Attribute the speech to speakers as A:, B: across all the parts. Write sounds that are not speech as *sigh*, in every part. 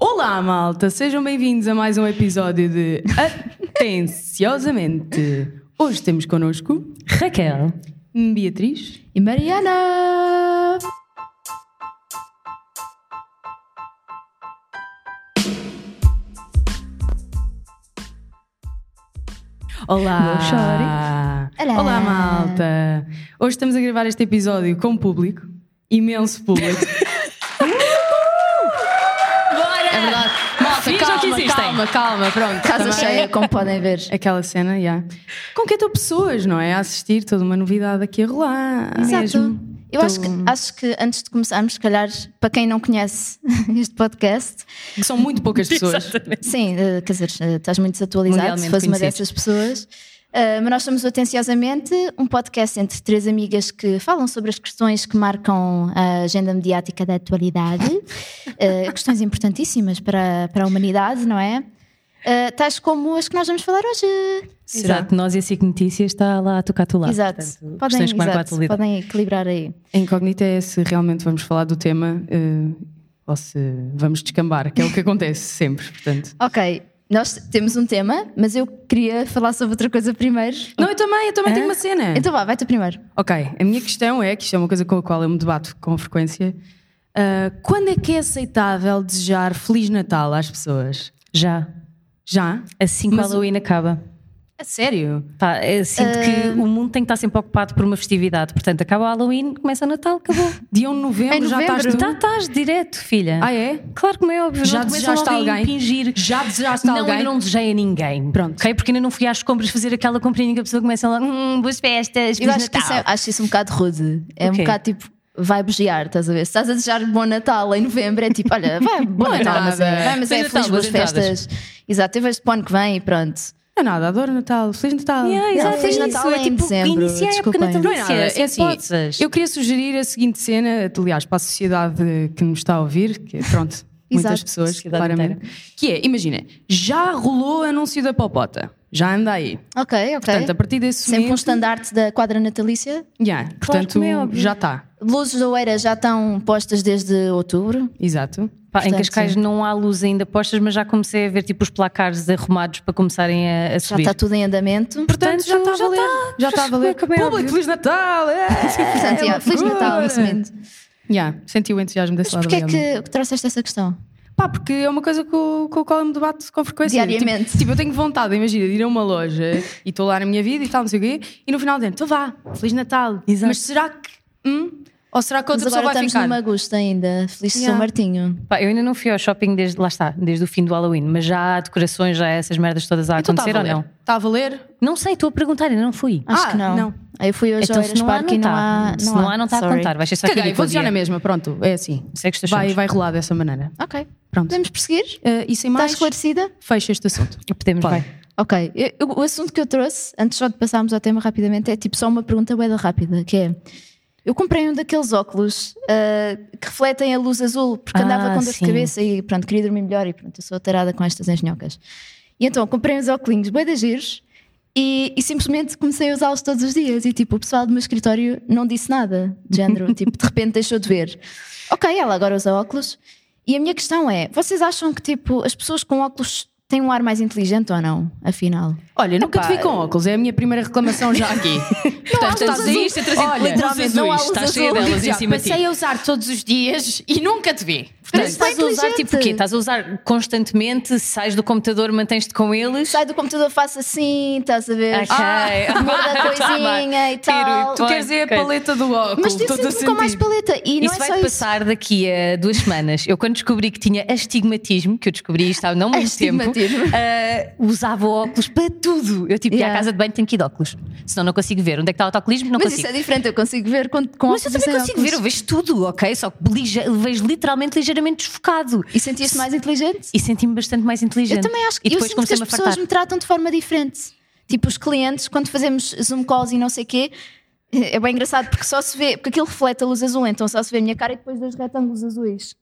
A: Olá, malta! Sejam bem-vindos a mais um episódio de Atenciosamente. Hoje temos connosco
B: Raquel
A: Beatriz.
B: e Mariana. Não
A: Olá!
B: chore. Olá.
A: Olá, malta! Hoje estamos a gravar este episódio com público, imenso público.
B: É verdade. Malta,
A: Finjam que
B: calma,
A: existem.
B: calma, calma, pronto.
C: Casa
B: também.
C: cheia, como podem ver.
A: Aquela cena, já. Com 14 pessoas, não é? A assistir toda uma novidade aqui a rolar.
B: É
A: Mesmo.
C: Eu acho que, acho que antes de começarmos, se calhar, para quem não conhece *laughs* este podcast,
A: Que São muito
C: *laughs*
A: poucas pessoas.
C: sim, eh, quer dizer, eh, estás muito desatualizado se
B: Mundialmente
C: fores uma
B: conhecido.
C: dessas pessoas. Eh, mas nós somos o Atenciosamente, um podcast entre três amigas que falam sobre as questões que marcam a agenda mediática da
B: *laughs*
C: atualidade, Eh, questões importantíssimas para, para a humanidade, não é? Eh, tais como as que nós vamos falar hoje.
B: Será
A: Exato.
B: que nós e a SIC Notícias está lá a tocar tu lá?
C: exato.
B: Portanto,
C: podem,
B: questões que marcam a
C: exato,
B: atualidade.
C: podem equilibrar aí.
A: A incógnita é se realmente vamos falar do tema eh, ou se vamos descambar, que é o que acontece *laughs* sempre, portanto.
C: Ok, nós temos um tema, mas eu queria falar sobre outra coisa primeiro.
A: Não, eu também, eu também
B: Hã?
A: tenho uma cena.
C: Então vá, vai tu primeiro.
A: Ok, a minha questão é, que isto é uma coisa com a qual eu me debato com frequência, ah, quando é que é aceitável desejar Feliz Natal às pessoas?
B: Já.
A: Já?
B: Assim que o
A: Mas o-
B: Halloween acaba.
A: A sério?
B: Pá, eu sinto que o mundo tem que estar sempre ocupado por uma festividade. Portanto, acaba o Halloween, começa o Natal, acabou.
A: Dia 1 de novembro,
C: Em
A: já
C: novembro?
A: estás tu?
B: Tá, estás direto, filha.
A: Ah, é?
B: Claro que não é óbvio.
A: Já
B: não começam
A: desejaste
B: logo a
A: alguém?
B: Impingir.
A: Já desejaste
B: Não,
A: alguém?
B: ainda não desejei a ninguém.
A: Pronto.
B: Ok? Porque ainda não fui às compras fazer aquela comprinha que a pessoa começa lá, hum, boas festas,
C: Eu
B: Feliz
C: acho, que isso é,
B: Natal."
C: acho isso um bocado rude. É
B: O
C: um
B: quê?
C: bocado tipo, vai bugiar, estás a ver? Se estás a desejar um bom Natal em novembro, é tipo, olha, vai, bom
A: Não é
C: Natal, mas
A: nada.
C: é, vai, mas
B: Feliz
C: é
B: Natal,
C: feliz, boas
B: boas entradas.
C: festas. Exato, eu vejo para o ano que vem e pronto.
A: É nada, adoro Natal. Feliz Natal.
B: Yeah, exato,
C: Feliz
B: é
C: Natal
B: isso,
C: em
B: é tipo
C: dezembro,
B: iniciar a época
C: desculpem.
A: Não é
B: natalícia.
A: nada, é
B: sem
A: assim,
B: pizzas.
A: eu queria sugerir a seguinte cena, aliás, para a sociedade que nos está a ouvir, que é, pronto, muitas
C: Exato,
A: pessoas,
B: sociedade
A: claramente, que é, imagina, já rolou o anúncio da Popota, já anda aí.
C: Ok, ok.
A: Portanto, a partir desse
C: Sempre um
A: momento,
C: estandarte da quadra natalícia.
A: Yeah, portanto,
B: que é óbvio.
A: já tá. está,
C: Luzes da Oeira já estão postas desde outubro.
A: exato.
B: Pá, em
C: Portanto,
B: Cascais não há luz ainda postas, mas já comecei a ver tipo os placares arrumados para começarem a, a
C: Já
B: subir.
C: está tudo em andamento.
A: Portanto, já está a valer. Já está a valer.
B: Como é que é
A: Público,
B: óbvio?
A: Feliz Natal! é!
C: Portanto, yeah, Feliz
A: loucura!
C: Natal, resumindo.
A: Yeah, senti o entusiasmo desse lado.
C: Mas porquê é
A: realmente.
C: que trouxeste essa questão?
A: Pá, porque é uma coisa com, com a qual eu me debato com frequência.
C: Diariamente.
A: Tipo, tipo, eu tenho vontade, imagina, de ir a uma loja e estou lá na minha vida e tal, não sei o quê, e no final dizem, então vá, Feliz Natal.
B: Exato.
A: Mas será que. hum? Ou será que
C: Mas
A: outra pessoa
C: agora
A: vai
C: estamos
A: ficar? Então
C: numa Augusta ainda. Feliz
A: Yeah.
C: São Martinho.
B: Pá, eu ainda não fui ao shopping desde, lá está, desde o fim do Halloween, mas já há decorações, já há essas merdas todas a
A: Então
C: tá
A: está a
B: acontecer ou
A: valer.
B: não?
A: Está a valer?
B: Não sei, estou a perguntar, ainda não fui.
C: Acho
A: Ah,
C: que não.
A: não.
C: Eu fui hoje
B: então
C: ao
B: se
C: Eiras
B: não há,
C: Parque
B: não
C: e não
B: está.
C: há.
B: Se não há, não está a
C: Sorry.
B: contar. Vai ser só
A: Caguei,
B: ridículo
A: vou desejar
B: dia.
A: na mesma, pronto, é assim.
B: Sei que
A: Vai,
B: vai,
A: vai rolar dessa maneira.
C: Ok.
A: Pronto.
C: Podemos prosseguir?
A: Eh, e sem
C: Está
A: mais,
C: esclarecida?
A: fecho este assunto.
B: Podemos,
A: Pode.
B: vai.
C: Ok. Eu- eu- o assunto que eu trouxe, antes só de passarmos ao tema rapidamente, é tipo só uma pergunta bué da rápida, que é... Eu comprei um daqueles óculos ah, que refletem a luz azul, porque
B: Ah,
C: andava com dor
B: sim.
C: de cabeça e pronto, queria dormir melhor e pronto, eu sou tarada com estas engenhocas. E então comprei uns óculos bué da giros e, e simplesmente comecei a usá-los todos os dias e tipo, o pessoal do meu escritório não disse nada, de género, tipo, de repente deixou de ver. Ok, ela agora usa óculos. E a minha questão é, vocês acham que tipo, as pessoas com óculos têm um ar mais inteligente ou não, afinal?
A: Olha, nunca te
B: Epá.
A: vi com óculos, é a minha primeira reclamação já
B: *laughs*
A: aqui. Portanto,
C: luz azul.
B: é trazido
A: Olha,
B: luzes
C: literalmente, não há
B: azuis,
C: luz
B: Estás cheia
C: azul.
B: delas em
A: já,
B: cima de ti.
A: passei a usar todos os dias e nunca te vi.
B: Mas
A: Portanto,
C: Mas
B: estás a usar
C: inteligente.
B: tipo o quê? Estás a usar constantemente, sais do computador, mantens-te com eles.
C: Sai do computador, faço assim, estás a ver? Ah,
B: Ok. *laughs* Tá
C: muda a coisinha e tal.
B: Tiro,
A: tu queres dizer a
B: Ok.
A: paleta do óculos.
C: Mas tive
A: todo o
C: sempre com mais
A: sentido.
C: paleta. E não
B: Isso
C: é
B: vai
C: só isso.
B: passar daqui a duas semanas. Eu, quando descobri que tinha astigmatismo, que eu descobri isto há não muito tempo,
C: Astigmatismo.
B: ah, usava óculos para tudo. Eu, tipo, ia à
C: Yeah.
B: casa de banho, tenho que ir de óculos. Senão não consigo ver. Onde é que está o autocolismo? Não
C: Mas
B: consigo.
C: isso é diferente, eu consigo ver com, com
B: Mas eu
C: óculos e
B: também
C: sem
B: consigo
C: óculos.
B: ver, eu vejo tudo, ok? Só que lige- vejo literalmente ligeiramente desfocado.
C: E sentias-te mais inteligente?
B: E senti-me bastante mais inteligente.
C: Eu também acho
B: E
C: que, eu
B: depois
C: sinto que as
B: comecei-me a fartar.
C: pessoas me tratam de forma diferente. Tipo, os clientes, quando fazemos Zoom calls e não sei o quê, é bem engraçado porque só se vê, porque aquilo reflete a luz azul, então só se vê a minha cara e depois dois
B: *laughs*
C: retângulos azuis.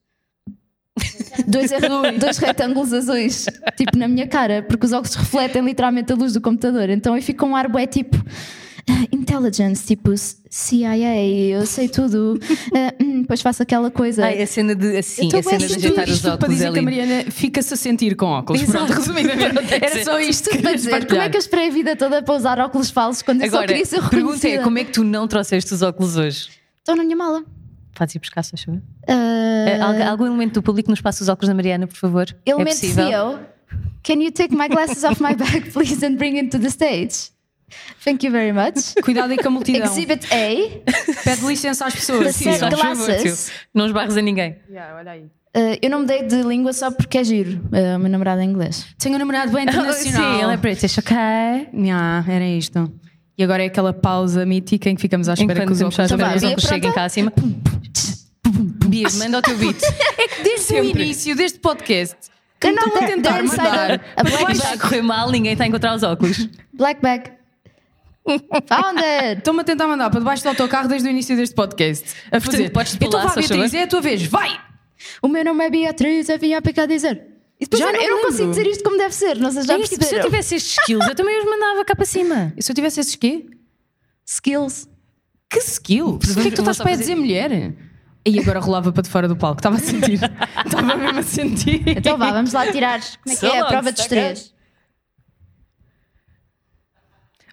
C: dois, er- dois retângulos azuis, tipo na minha cara, porque os óculos refletem literalmente a luz do computador. Então eu fico com um ar bué tipo. ah, intelligence, tipo CIA, eu sei tudo. Ah, hum, depois faço aquela coisa.
B: Ai, a cena de
C: Eu
B: assim,
C: tô
B: a cena
C: bem tipo,
B: de
A: Isto,
B: ajeitar os
A: isto para
B: óculos é
A: dizer que
B: ali.
A: a Mariana fica-se a sentir com óculos. Pronto, resumidamente.
B: *laughs*
C: É
A: Era só isto que
C: Para dizer, como é que eu esperei a vida toda para usar óculos falsos quando eu só
B: Agora,
C: queria ser
B: a pergunta é
C: reconhecida?
B: como é que tu não trouxeste os óculos hoje?
C: Estão na minha mala.
B: Faz ir buscar, se faz favor.
C: Ah,
B: Eh, algu- algum elemento do público nos passa os óculos da Mariana, por favor.
C: ele
B: é
C: me
B: possível.
C: eu. Can you take my glasses off my bag, please, and bring it to the stage? Thank you very much.
A: Cuidado aí com a *laughs* multidão.
C: Exhibit A.
A: Pede licença às pessoas.
B: *laughs*
C: Sim,
B: Sim,
C: Sete
B: só por favor,
C: glasses.
B: tio. Não esbarres a ninguém.
A: olha aí.
C: Ah, eu não mudei de língua só porque é giro. Ah, o meu namorado é inglês.
A: Tenho um namorado bem internacional.
B: *laughs* Sim, ele é British, ok.
A: Ah, era isto. E agora é aquela pausa mítica em que ficamos à espera
B: Enquanto
A: que os
B: temos à
A: óculos
B: espera que os
C: Bia,
B: óculos cheguem
C: pronta?
B: cá acima. Bia, manda o teu beat.
A: Desde o
B: Sempre.
A: início deste podcast.
C: Eu não
A: Estou a
C: mudei-
A: tentar
C: they're inside
A: mandar.
C: A
B: Porque
C: black
B: está a
C: bag.
B: correr mal, ninguém está a encontrar os óculos.
C: Black bag. Found it.
A: Estou-me a tentar mandar para debaixo do autocarro desde o início deste podcast. A fazer.
B: podes pular,
A: então vá,
B: se faz
A: Beatriz,
B: favor.
A: é a tua vez. Vai!
C: O meu nome é Beatriz, eu vim à PK dizer. E depois
A: Já
C: eu, não,
A: não
C: eu não
A: lembro.
C: consigo dizer isto como deve ser, não sei se já
B: É isto, se eu
C: perceberam.
B: tivesse estes skills, eu também os mandava cá para cima.
A: E se eu tivesse esses quê?
C: Skills.
A: Que skill? O que é que tu
B: Vou
A: estás
B: só
A: para aí
B: fazer-
A: dizer mulher? E agora rolava para de fora do palco. Estava a sentir. *laughs* Estava mesmo a sentir.
C: Então vá, vamos lá
B: *laughs*
C: tirar. Como é que
B: Sei
C: é a
B: lá,
C: prova dos
B: está cá.
C: três?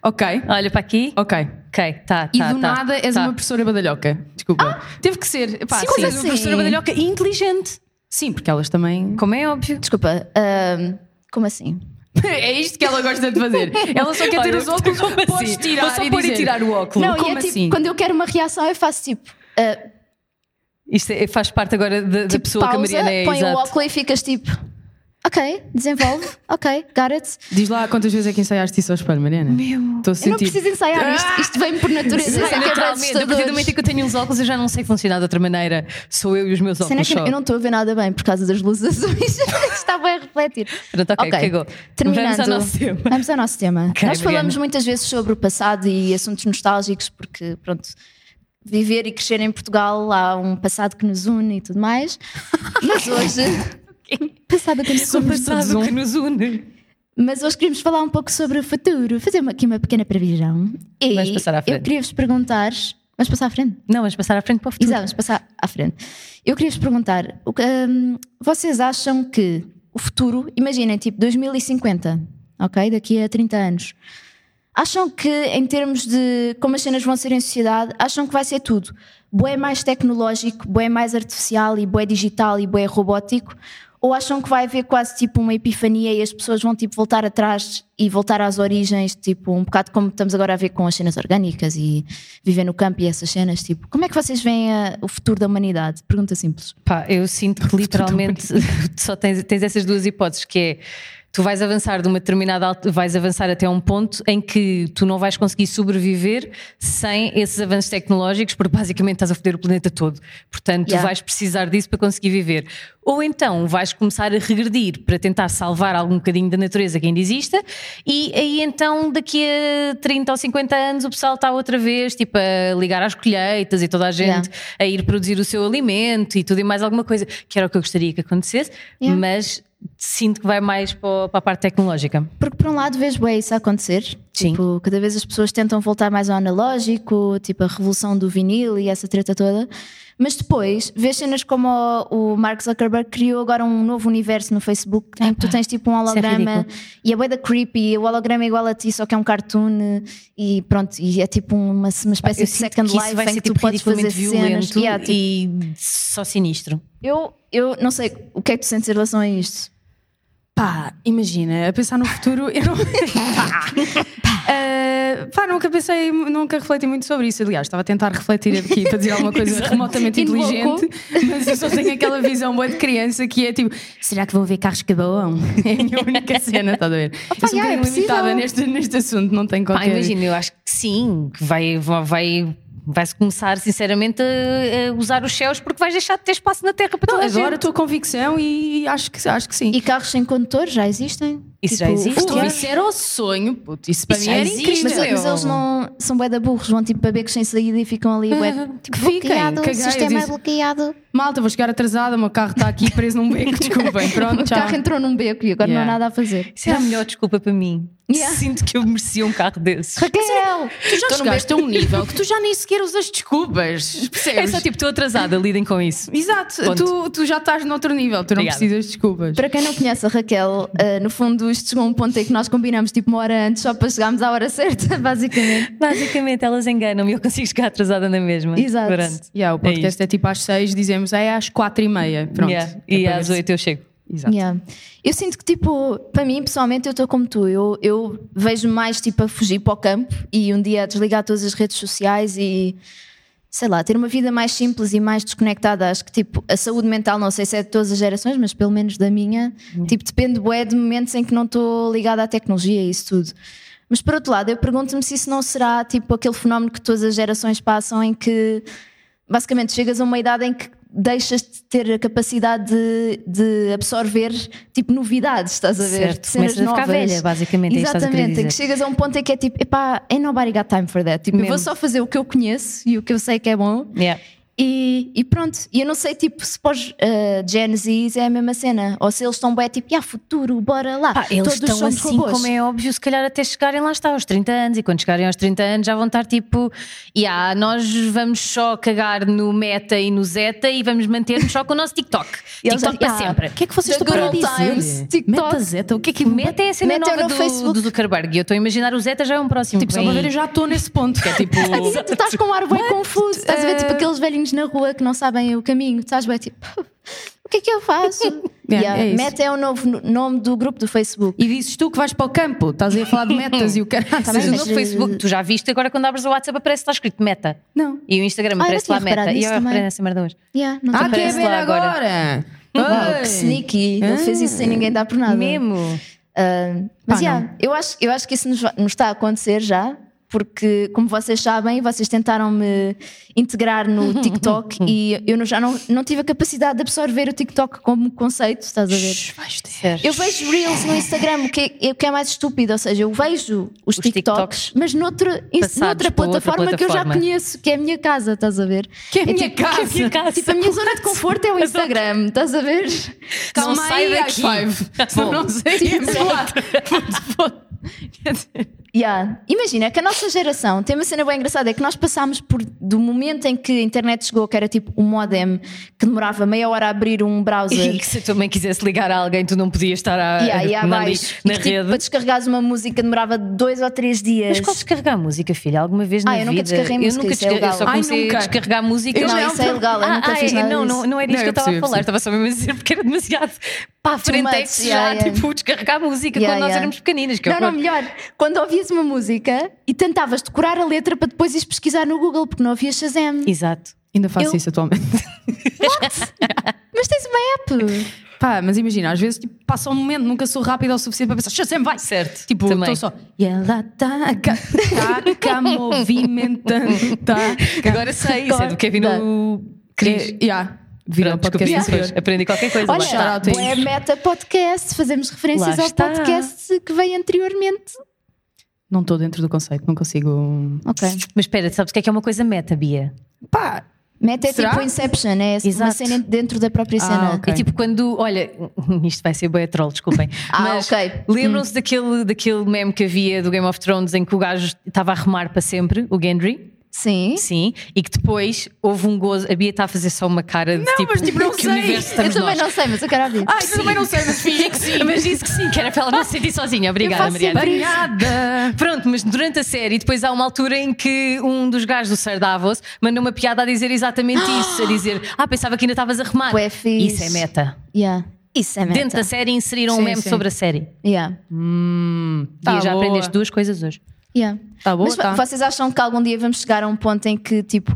A: Ok,
B: Olha para aqui.
A: ok.
B: Ok, tá, tá,
A: E do
B: tá,
A: nada és
B: tá. Ah,
A: uma professora badalhoca. Desculpa. Teve que ser. Pá,
B: Sim,
A: sim.
B: mas és uma
C: assim?
B: professora badalhoca e inteligente.
A: Sim, porque elas também.
B: Como é óbvio.
C: Desculpa, ahm, como assim?
A: *laughs* É isto que ela gosta de fazer. Ela só quer ter
B: Olha,
A: os óculos.
B: *laughs* como assim?
A: Podes tirar
B: Vou só pôr e
A: dizer.
B: tirar o óculo.
A: Não,
C: e
A: como
C: é tipo,
A: assim?
C: quando eu quero uma reação, eu faço tipo. ah,
B: Isto é- faz parte agora da, da
C: tipo
B: pessoa que a
C: pausa,
B: Mariana é.
C: põe
B: exato.
C: o óculos e ficas tipo. Ok,
B: *laughs*
C: desenvolve. ok, got it.
A: Diz lá quantas vezes é que ensaiaste isso ao espelho, Mariana. Meu. Estou a
C: Eu não
A: sentir.
C: preciso ensaiar isto, isto vem por natureza.
B: Sim,
C: isso é que é bem
B: Ah! naturalmente, a partir do momento em
C: assustador.
B: que eu tenho uns óculos, eu já não sei funcionar de outra maneira. Sou eu e os meus
C: Cena é
B: óculos
C: que eu
B: só.
C: eu não estou a ver nada bem por causa das luzes *laughs* azuis. Está bem a refletir.
B: Pronto, ok, cagou.
C: Terminando,
B: Vamos ao nosso tema.
C: Vamos ao nosso tema.
B: Ok,
C: Nós falamos
B: Mariana.
C: muitas vezes sobre o passado e assuntos nostálgicos, porque, pronto, viver e crescer em Portugal há um passado que nos une e
B: *laughs*
C: tudo mais. Mas hoje. passado que nos
B: Sou
C: une.
B: Um passado que nos une.
C: Mas hoje queríamos falar um pouco sobre o futuro, fazer uma- aqui uma pequena previsão. E
B: Vamos passar à frente.
C: Eu queria-vos perguntar. Vamos passar à frente?
B: Não, vamos passar à frente para o futuro.
C: Exato, vamos passar à frente. Eu queria vos perguntar: o que, hum, vocês acham que o futuro, imaginem, tipo 2050, ok? Daqui a 30 anos, acham que em termos de como as cenas vão ser em sociedade, acham que vai ser tudo bué mais tecnológico, bué mais artificial e bué digital e bué robótico? Ou acham que vai haver quase tipo uma epifania e as pessoas vão tipo voltar atrás e voltar às origens, tipo um bocado como estamos agora a ver com as cenas orgânicas e viver no campo e essas cenas, tipo, como é que vocês veem ah, o futuro da humanidade? Pergunta simples.
B: Pá, eu sinto que literalmente *laughs* só tens, tens essas duas hipóteses, que é tu vais avançar de uma determinada alt- vais avançar até um ponto em que tu não vais conseguir sobreviver sem esses avanços tecnológicos, porque basicamente estás a foder o planeta todo. Portanto,
C: Yeah.
B: vais precisar disso para conseguir viver. Ou então vais começar a regredir para tentar salvar algum bocadinho da natureza que ainda exista, e aí então daqui a 30 ou 50 anos o pessoal está outra vez tipo a ligar às colheitas e toda a gente
C: Yeah.
B: a ir produzir o seu alimento e tudo e mais alguma coisa, que era o que eu gostaria que acontecesse,
C: Yeah.
B: mas sinto que vai mais para o- para a parte tecnológica.
C: Porque por um lado vês bem isso a acontecer,
B: Sim.
C: tipo, cada vez as pessoas tentam voltar mais ao analógico, tipo a revolução do vinil e essa treta toda, mas depois vês cenas como o, o Mark Zuckerberg criou agora um novo universo no Facebook em que tu tens tipo um
B: isso é
C: holograma
B: ridículo.
C: e é bué da creepy, o holograma é igual a ti, só que é um cartoon e pronto, e é tipo uma, uma espécie
B: Eu
C: de
B: sinto
C: second
B: que
C: life
B: isso vai
C: em
B: ser
C: que tu
B: tipo,
C: podes fazer
B: ridiculamente
C: cenas.
B: violento
C: Yeah, tipo,
B: e só sinistro.
C: eu, eu não sei o que é que tu sentes em relação a isto.
A: Pá, imagina, a pensar no futuro, eu não. Pá. Ah, pá, nunca pensei, nunca refleti muito sobre isso. Aliás, estava a tentar refletir aqui para dizer alguma coisa remotamente
C: In loco.
A: inteligente, mas eu só tenho aquela visão boa de criança que é tipo: será que vão ver carros que voam? *laughs* É a minha única cena, estás a ver? eu sou um
C: yeah, é
A: bocadinho limitada
C: possível.
A: neste, neste assunto, não tenho qualquer.
B: Pá, imagina, eu acho que sim, que vai, vai, vai-se começar sinceramente a, a usar os céus porque vais deixar de ter espaço na Terra para
A: Não,
B: toda a
A: adoro a
B: gente.
A: tua convicção e acho que, acho que sim.
C: E carros sem condutor já existem?
B: Isso já
C: Tipo,
B: existe,
C: futuro-
A: Pô, isso era o sonho, puto. Isso para
B: Isso
A: mim
B: já
A: era
B: existe,
A: incrível.
C: Mas, mas eles não, são, são bué da burros, vão tipo para becos sem saída e ficam ali bué.
A: Tipo, Fiquem,
D: bloqueado, o
A: caguei, eu
D: sistema é
A: disse,
D: bloqueado.
A: Malta, vou chegar atrasada, o meu carro está aqui preso num beco, desculpem. Pronto,
C: O
A: tchau.
C: carro entrou num beco e agora
B: Yeah.
C: não há nada a fazer.
B: Isso é a melhor desculpa para mim.
C: Yeah.
B: Sinto que eu merecia um carro desses.
C: *laughs* Raquel!
A: Tu já chegaste *laughs* a um nível que tu já nem sequer usas desculpas,
B: É
A: percebes?
B: só tipo, estou atrasada, lidem com isso.
A: Exato,
B: Ponto.
A: tu, tu já estás noutro nível, tu não
B: Obrigada.
A: precisas de desculpas.
C: Para quem não conhece a Raquel, eh, no fundo isto chegou a um ponto em que nós combinamos tipo uma hora antes só para chegarmos à hora *laughs* certa, basicamente.
B: Basicamente, elas enganam-me e eu consigo chegar atrasada na mesma.
C: Exato.
B: Garanto.
A: Yeah, o podcast é, tipo às seis, dizemos é às quatro e meia. Pronto.
B: Yeah.
A: É
B: E
A: para
B: às
A: ver se-
B: oito eu chego.
A: Exato.
C: Yeah. Eu sinto que tipo, para mim pessoalmente eu estou como tu, eu, eu vejo mais tipo a fugir para o campo e um dia a desligar todas as redes sociais e sei lá, ter uma vida mais simples e mais desconectada. Acho que tipo, a saúde mental, não sei se é de todas as gerações, mas pelo menos da minha, tipo, depende bué de momentos em que não estou ligada à tecnologia e isso tudo. Mas por outro lado, eu pergunto-me se isso não será tipo aquele fenómeno que todas as gerações passam em que basicamente chegas a uma idade em que deixas de ter a capacidade de, de absorver tipo novidades, estás a ver?
B: Certo,
C: Cenas
B: começas a ficar
C: novas.
B: velha, basicamente, é isso que estás a querer
C: Exatamente, em que
B: dizer.
C: chegas a um ponto em que é tipo, epá, ain't nobody got time for that. Tipo, eu
B: Mesmo.
C: vou só fazer o que eu conheço e o que eu sei que é bom.
B: Yeah.
C: E, e pronto, e eu não sei tipo se pós uh, Gen Zs é a mesma cena, ou se eles estão bem tipo, ah, futuro, bora lá.
B: Pá, eles
C: Todos
B: estão
C: somos
B: assim,
C: robôs.
B: como é óbvio, se calhar até chegarem lá está aos 30 anos, e quando chegarem aos 30 anos já vão estar tipo, yeah, nós vamos só cagar no Meta e no Zeta e vamos manter-nos só com o nosso *laughs* TikTok.
C: E eles
B: TikTok
C: já-
B: para
C: yeah.
B: sempre.
A: O que é que vocês
C: The
A: estão para
C: good old
A: dizer?
C: times, TikTok.
A: Meta Zeta, o que é que
B: Meta é a cena
C: Meta é
B: nova
C: no
B: do,
C: Facebook.
B: do Zuckerberg. E eu estou a imaginar o Zeta já é um próximo.
A: Tipo,
B: que
A: só para
B: vem
A: ver, eu
B: aí.
A: já estou nesse ponto, que é tipo.
C: Sim, tu estás com um ar bem confuso, estás a ver
B: Eh.
C: tipo aqueles velhinhos na rua que não sabem o caminho, tu estás bem tipo, *laughs* o que é que
B: *laughs*
C: eu faço?
A: Yeah, é isso.
C: Meta é o novo no- nome do grupo do Facebook.
A: E dizes tu que vais para o campo, estás aí a falar de metas e o cara.
B: Mas o
C: Mas,
B: novo
C: eh,
B: Facebook, tu já viste agora quando abres o WhatsApp aparece que está escrito Meta.
A: Não.
B: E o Instagram
C: Ah, eu
B: aparece
C: tinha
B: lá Meta.
C: reparado
B: E
C: nisso
B: eu reparei
C: também.
B: nessa merda hoje.
C: Yeah, não
A: Ah,
C: tem-
A: quer
B: Aparece
A: ver
B: lá
A: agora?
C: é Uau,
A: Oi.
C: que sneaky, ele fez isso sem ninguém dar por nada.
B: Ah. Mesmo.
C: Ah, mas
A: Pá,
C: yeah,
A: não.
C: eu, acho, eu acho que isso nos, va- nos está a acontecer já, porque como vocês sabem, vocês tentaram me
A: *laughs*
C: integrar no TikTok e eu não- já não, não tive a capacidade de absorver o TikTok como conceito, estás a ver?
A: Vais ter.
B: Certo.
C: Eu vejo Reels no Instagram, o que é, o que é mais estúpido, ou seja, eu vejo os,
B: Os
C: TikToks,
B: TikToks
C: mas noutro, in-
B: passados
C: noutra
B: para outra
C: plataforma, que eu já
B: plataforma.
C: conheço, que é a minha casa, estás a ver?
A: Que é a minha
C: tipo-
A: casa.
C: que é a
A: *laughs*
C: minha casa. Tipo, a minha zona de conforto é o Instagram, estás a ver?
A: Calma
B: Não
A: aí,
B: sai
A: high
B: daqui.
A: five.
B: *laughs* Bom.
A: Não sei.
C: Yeah. Imagina que a nossa geração tem uma cena bem engraçada, é que nós passámos por do momento em que a internet chegou, que era tipo um modem que demorava meia hora a abrir um
B: *laughs* *laughs* E
C: browser.
B: que se tu também quisesse ligar a alguém, tu não podias estar a,
C: Yeah, yeah,
B: na,
C: abaixo.
B: na
C: E que, tipo,
B: rede.
C: para descarregares uma música demorava dois ou três dias.
B: Mas qual descarregar música, filha? Alguma vez na
C: Ah, eu nunca
B: vida?
C: descarreguei música, isso é
B: descarreguei, eu só
C: legal.
A: Ai,
B: comecei
A: nunca.
B: a descarregar música.
A: Eu
C: não,
A: não,
C: isso é ilegal, eu
B: Ah,
C: nunca
B: ah,
C: fiz
B: é,
C: nada
B: não,
C: disso.
B: não, não era
A: Não,
B: isso que eu
A: eu
B: estava a
A: percebo,
B: falar, estava só mesmo a dizer porque era demasiado para a frente
C: much,
B: é que se já,
C: yeah, yeah.
B: tipo, descarregar música
C: Yeah,
B: quando nós
C: yeah.
B: éramos pequeninas. Que
C: não, não,
B: horror.
C: melhor. Quando ouvias uma música e tentavas decorar a letra para depois ires pesquisar no Google, porque não havia Shazam.
B: Exato.
A: Ainda faço
C: Eu-
A: isso atualmente.
C: Mas tens uma app.
A: Pá, mas imagina, às vezes tipo, passa um momento, nunca sou rápida o suficiente para pensar, já sempre vai.
B: Certo,
A: Tipo,
B: também.
A: estou só. E ela tá
B: *laughs*
A: cá, tá cá movimentando, tá cá.
B: Agora sei, isso é do Kevin
C: Dá.
B: no Cris.
A: É, yeah, viram o
B: Pronto,
A: podcast
B: desculpa,
A: anterior.
B: isso, aprendi qualquer coisa. tá. lá
C: Olha,
B: está.
A: está.
C: Boa é Meta Podcast. Fazemos referências
B: Lá
C: ao
B: está.
C: podcast que veio anteriormente.
A: Não estou dentro do conceito, não consigo.
C: Ok.
B: Mas espera, sabes o que é que é uma coisa meta, Bia?
A: Pá,
C: Meta é
A: Será?
C: tipo Inception, é uma
B: Exato.
C: cena dentro da própria cena.
A: Ah, ok.
B: É tipo quando, olha, *laughs* isto vai ser boia troll, desculpem.
C: *laughs* Ah,
B: mas
C: ok.
B: Lembram-se daquele, daquele meme que havia do Game of Thrones em que o gajo estava a remar para sempre, o Gendry?
C: Sim.
B: Sim. E que depois houve um gozo. A Bia está a fazer só uma cara de tipo,
A: mas, tipo, não
B: que
A: sei.
B: universo
C: Eu
B: estamos
C: também
B: nós. Ah.
C: não sei, mas eu quero ouvir.
A: ai, eu também não sei, mas fingi que sim.
B: Mas disse que sim, que era para ela não se sentir sozinha. Obrigada,
C: faço
B: Mariana.
C: sempre
A: Obrigada.
B: Pronto, mas durante a série, depois há uma altura em que um dos gajos do Sir Davos mandou uma piada a dizer exatamente isso: a dizer, ah, pensava que ainda estavas a remar.
C: Bué fixe.
B: Isso é meta.
C: Yeah. Isso é meta.
B: Dentro da série inseriram
A: Sim,
B: um meme
A: sim.
B: sobre a série.
C: Yeah.
A: Tá
B: e já
A: boa.
B: aprendeste duas coisas hoje.
C: Yeah.
A: Tá boa,
C: Mas
A: tá.
C: vocês acham que algum dia vamos chegar a um ponto em que, tipo,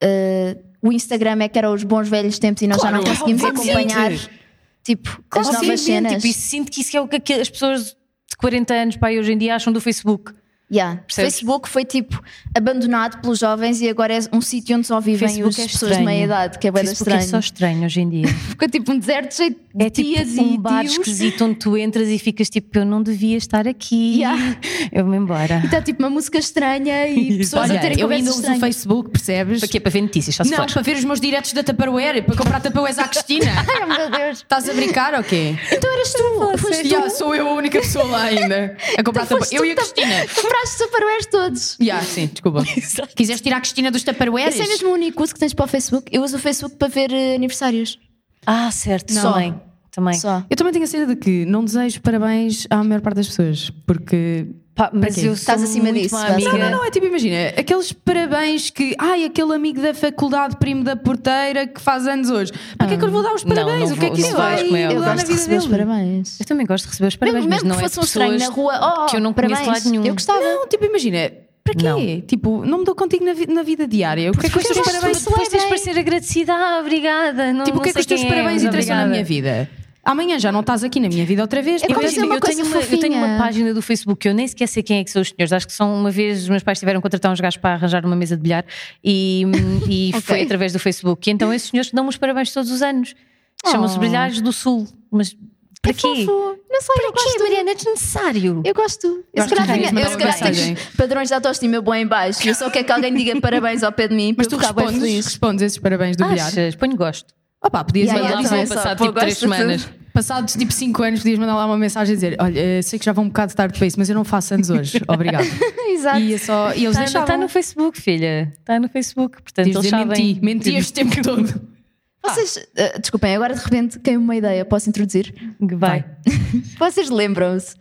C: eh, o Instagram é que era os bons velhos tempos e nós já não
A: Claro,
C: conseguimos
A: obviamente.
C: acompanhar, tipo, as novas
B: Obviamente,
C: cenas?
B: Tipo, e sinto que isso é o que que as pessoas de 40 anos, pai, hoje em dia acham do Facebook.
C: Yeah.
B: Percebes?
C: Facebook foi tipo abandonado pelos jovens e agora é um sítio onde só vivem
B: Facebook
C: as
B: é
C: pessoas de
B: estranho.
C: meia idade, que é bem
B: Facebook
C: estranho.
B: é só estranho hoje em
C: *laughs*
B: dia.
C: Ficou tipo um deserto cheio de
B: É tipo
C: tias
B: um
C: e
B: bar
C: tios.
B: esquisito onde tu entras e ficas tipo, eu não devia estar aqui.
C: Yeah.
B: Eu vou embora.
C: E está tipo uma música estranha *laughs* e pessoas a
A: Olha,
C: terem
A: eu ainda
C: conversas
A: uso o
C: estranhas.
A: Facebook, percebes?
B: é Para quê? Para ver notícias, só se
A: Não,
B: for.
A: para ver os meus diretos da Tupperware, para comprar Tupperwares à Cristina.
C: Ai, meu Deus.
A: Estás a brincar ou quê?
C: *laughs* Então eras tu. Foste tu.
A: Yeah, sou eu a única pessoa lá ainda a comprar
C: Então foste
A: Tupperware. Eu
C: tu
A: e a
C: que
A: Cristina.
C: Compraste superwares todos.
A: *laughs* Yeah, sim, desculpa. Quiseste tirar a Cristina dos Tupperwares?
C: Esse é mesmo o único uso que tens para o Facebook. Eu uso o Facebook para ver eh, aniversários.
B: Ah, certo,
C: Não.
B: também. Também.
C: Só.
A: Eu também tenho a cena de que não desejo parabéns à maior parte das pessoas, porque.
B: Pá, mas
A: quê?
B: eu sou
C: Estás acima
B: muito
C: disso,
B: má
C: Vasco.
B: amiga.
A: Não, não, não, é tipo, imagina, aqueles parabéns que. Ai, aquele amigo da faculdade, primo da porteira, que faz anos hoje. Para que é que eu lhe vou dar os
B: Não,
A: parabéns?
B: não
A: o que é
B: vou-
A: que isso
B: não vais
A: vai
B: com ela. Eu
A: mudar
C: gosto
A: na
C: de
A: vida
C: receber os
A: dele?
C: parabéns.
B: Eu também gosto de receber os parabéns,
C: mesmo
B: mas
C: mesmo
B: não
C: que
B: é
C: fosse um
B: de
C: estranho na
B: pessoas
C: rua, oh,
B: que eu não
C: parabéns.
B: conheço de lado nenhum.
C: Eu gostava.
A: Não, tipo, imagina, para quê?
B: Não.
A: Tipo, não me dou contigo na, vi- na vida diária. O que é que os teus
B: Depois
A: parabéns
B: tu- Depois tens para ser agradecida, ah, obrigada. Não,
A: Tipo, o
B: não
A: que é que
B: sei
A: os teus
B: quem é,
A: parabéns
B: mas
A: interessam na minha
B: obrigada.
A: vida? Amanhã já não estás aqui na minha vida outra vez. tipo,
C: É
A: Eu
C: como
A: tenho-
C: se uma
B: eu,
C: coisa
B: tenho uma, eu tenho uma
C: fofinha.
B: página do Facebook que eu nem sequer sei quem é que são os senhores. Acho que são uma vez os meus pais tiveram que contratar uns gajos para arranjar uma mesa de bilhar e,
C: *laughs*
B: e
C: Ok.
B: foi através do Facebook. E então esses senhores dão-me os parabéns todos os anos.
C: Oh.
B: Chamam-se Brilhares do Sul. Mas para
C: É
B: quê?
C: fofo. Não sei, eu
B: Para quê,
C: gosto.
B: Mariana? É desnecessário.
C: Eu gosto. Eu se
A: Gosto
C: calhar
A: de ver
C: tenho,
A: isso,
C: eu se
A: mandar uma
C: calhar tenho
A: mensagem.
C: padrões de autoestima bem em baixo. Eu só quero que alguém diga parabéns ao pé de mim
A: Mas
C: para
A: tu
C: eu ficar bem
A: respondes,
C: feliz.
A: respondes esses parabéns do bilhar?
B: Achas? Ponho gosto.
A: Opa, podias
C: Yeah,
A: mandar
C: yeah,
A: dizer,
C: também.
B: Passado
C: só,
B: tipo
C: pô, gosto
B: três
C: de tudo.
B: semanas.
A: passados tipo 5 anos, podias mandar lá uma mensagem e dizer: Olha, eh, sei que já vou um bocado tarde para isso, mas eu não faço anos
B: *laughs*
A: hoje. Obrigado.
C: *laughs* Exato.
A: e, é só, e eles
B: Está
A: deixavam.
B: Tá. no Facebook, filha. Está no Facebook. Portanto,
A: Devias
B: eles
A: dizer,
B: sabem.
A: menti, menti este
B: *laughs*
A: tempo todo.
B: Ah.
C: Vocês, eh, desculpem, agora de repente tenho uma ideia, posso introduzir?
B: Que Vai.
C: Vocês lembram-se,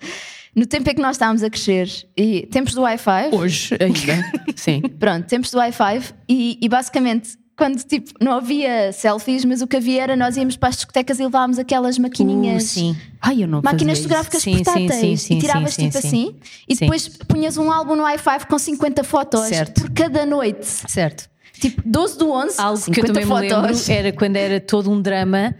C: no tempo em que nós estávamos a crescer, e tempos do Wi-Fi,
A: Hoje ainda. Sim.
C: pronto, tempos do Wi-Fi, e, e basicamente, quando tipo, não havia selfies, mas o que havia era nós íamos para as discotecas e levávamos aquelas maquininhas.
B: Uh, sim.
A: Ai, eu não
C: Máquinas
A: fazia isso.
C: fotográficas
B: Sim, sim,
C: portáteis
B: sim, sim,
C: e tiravas
B: sim,
C: tipo
B: sim,
C: assim e
B: Sim.
C: depois punhas um álbum no i5 com 50 fotos
B: Certo.
C: por cada noite.
B: Certo.
C: Tipo 12 do 11,
B: Algo que eu
C: 50
B: também me lembro é
C: fotos.
B: era quando era todo um drama.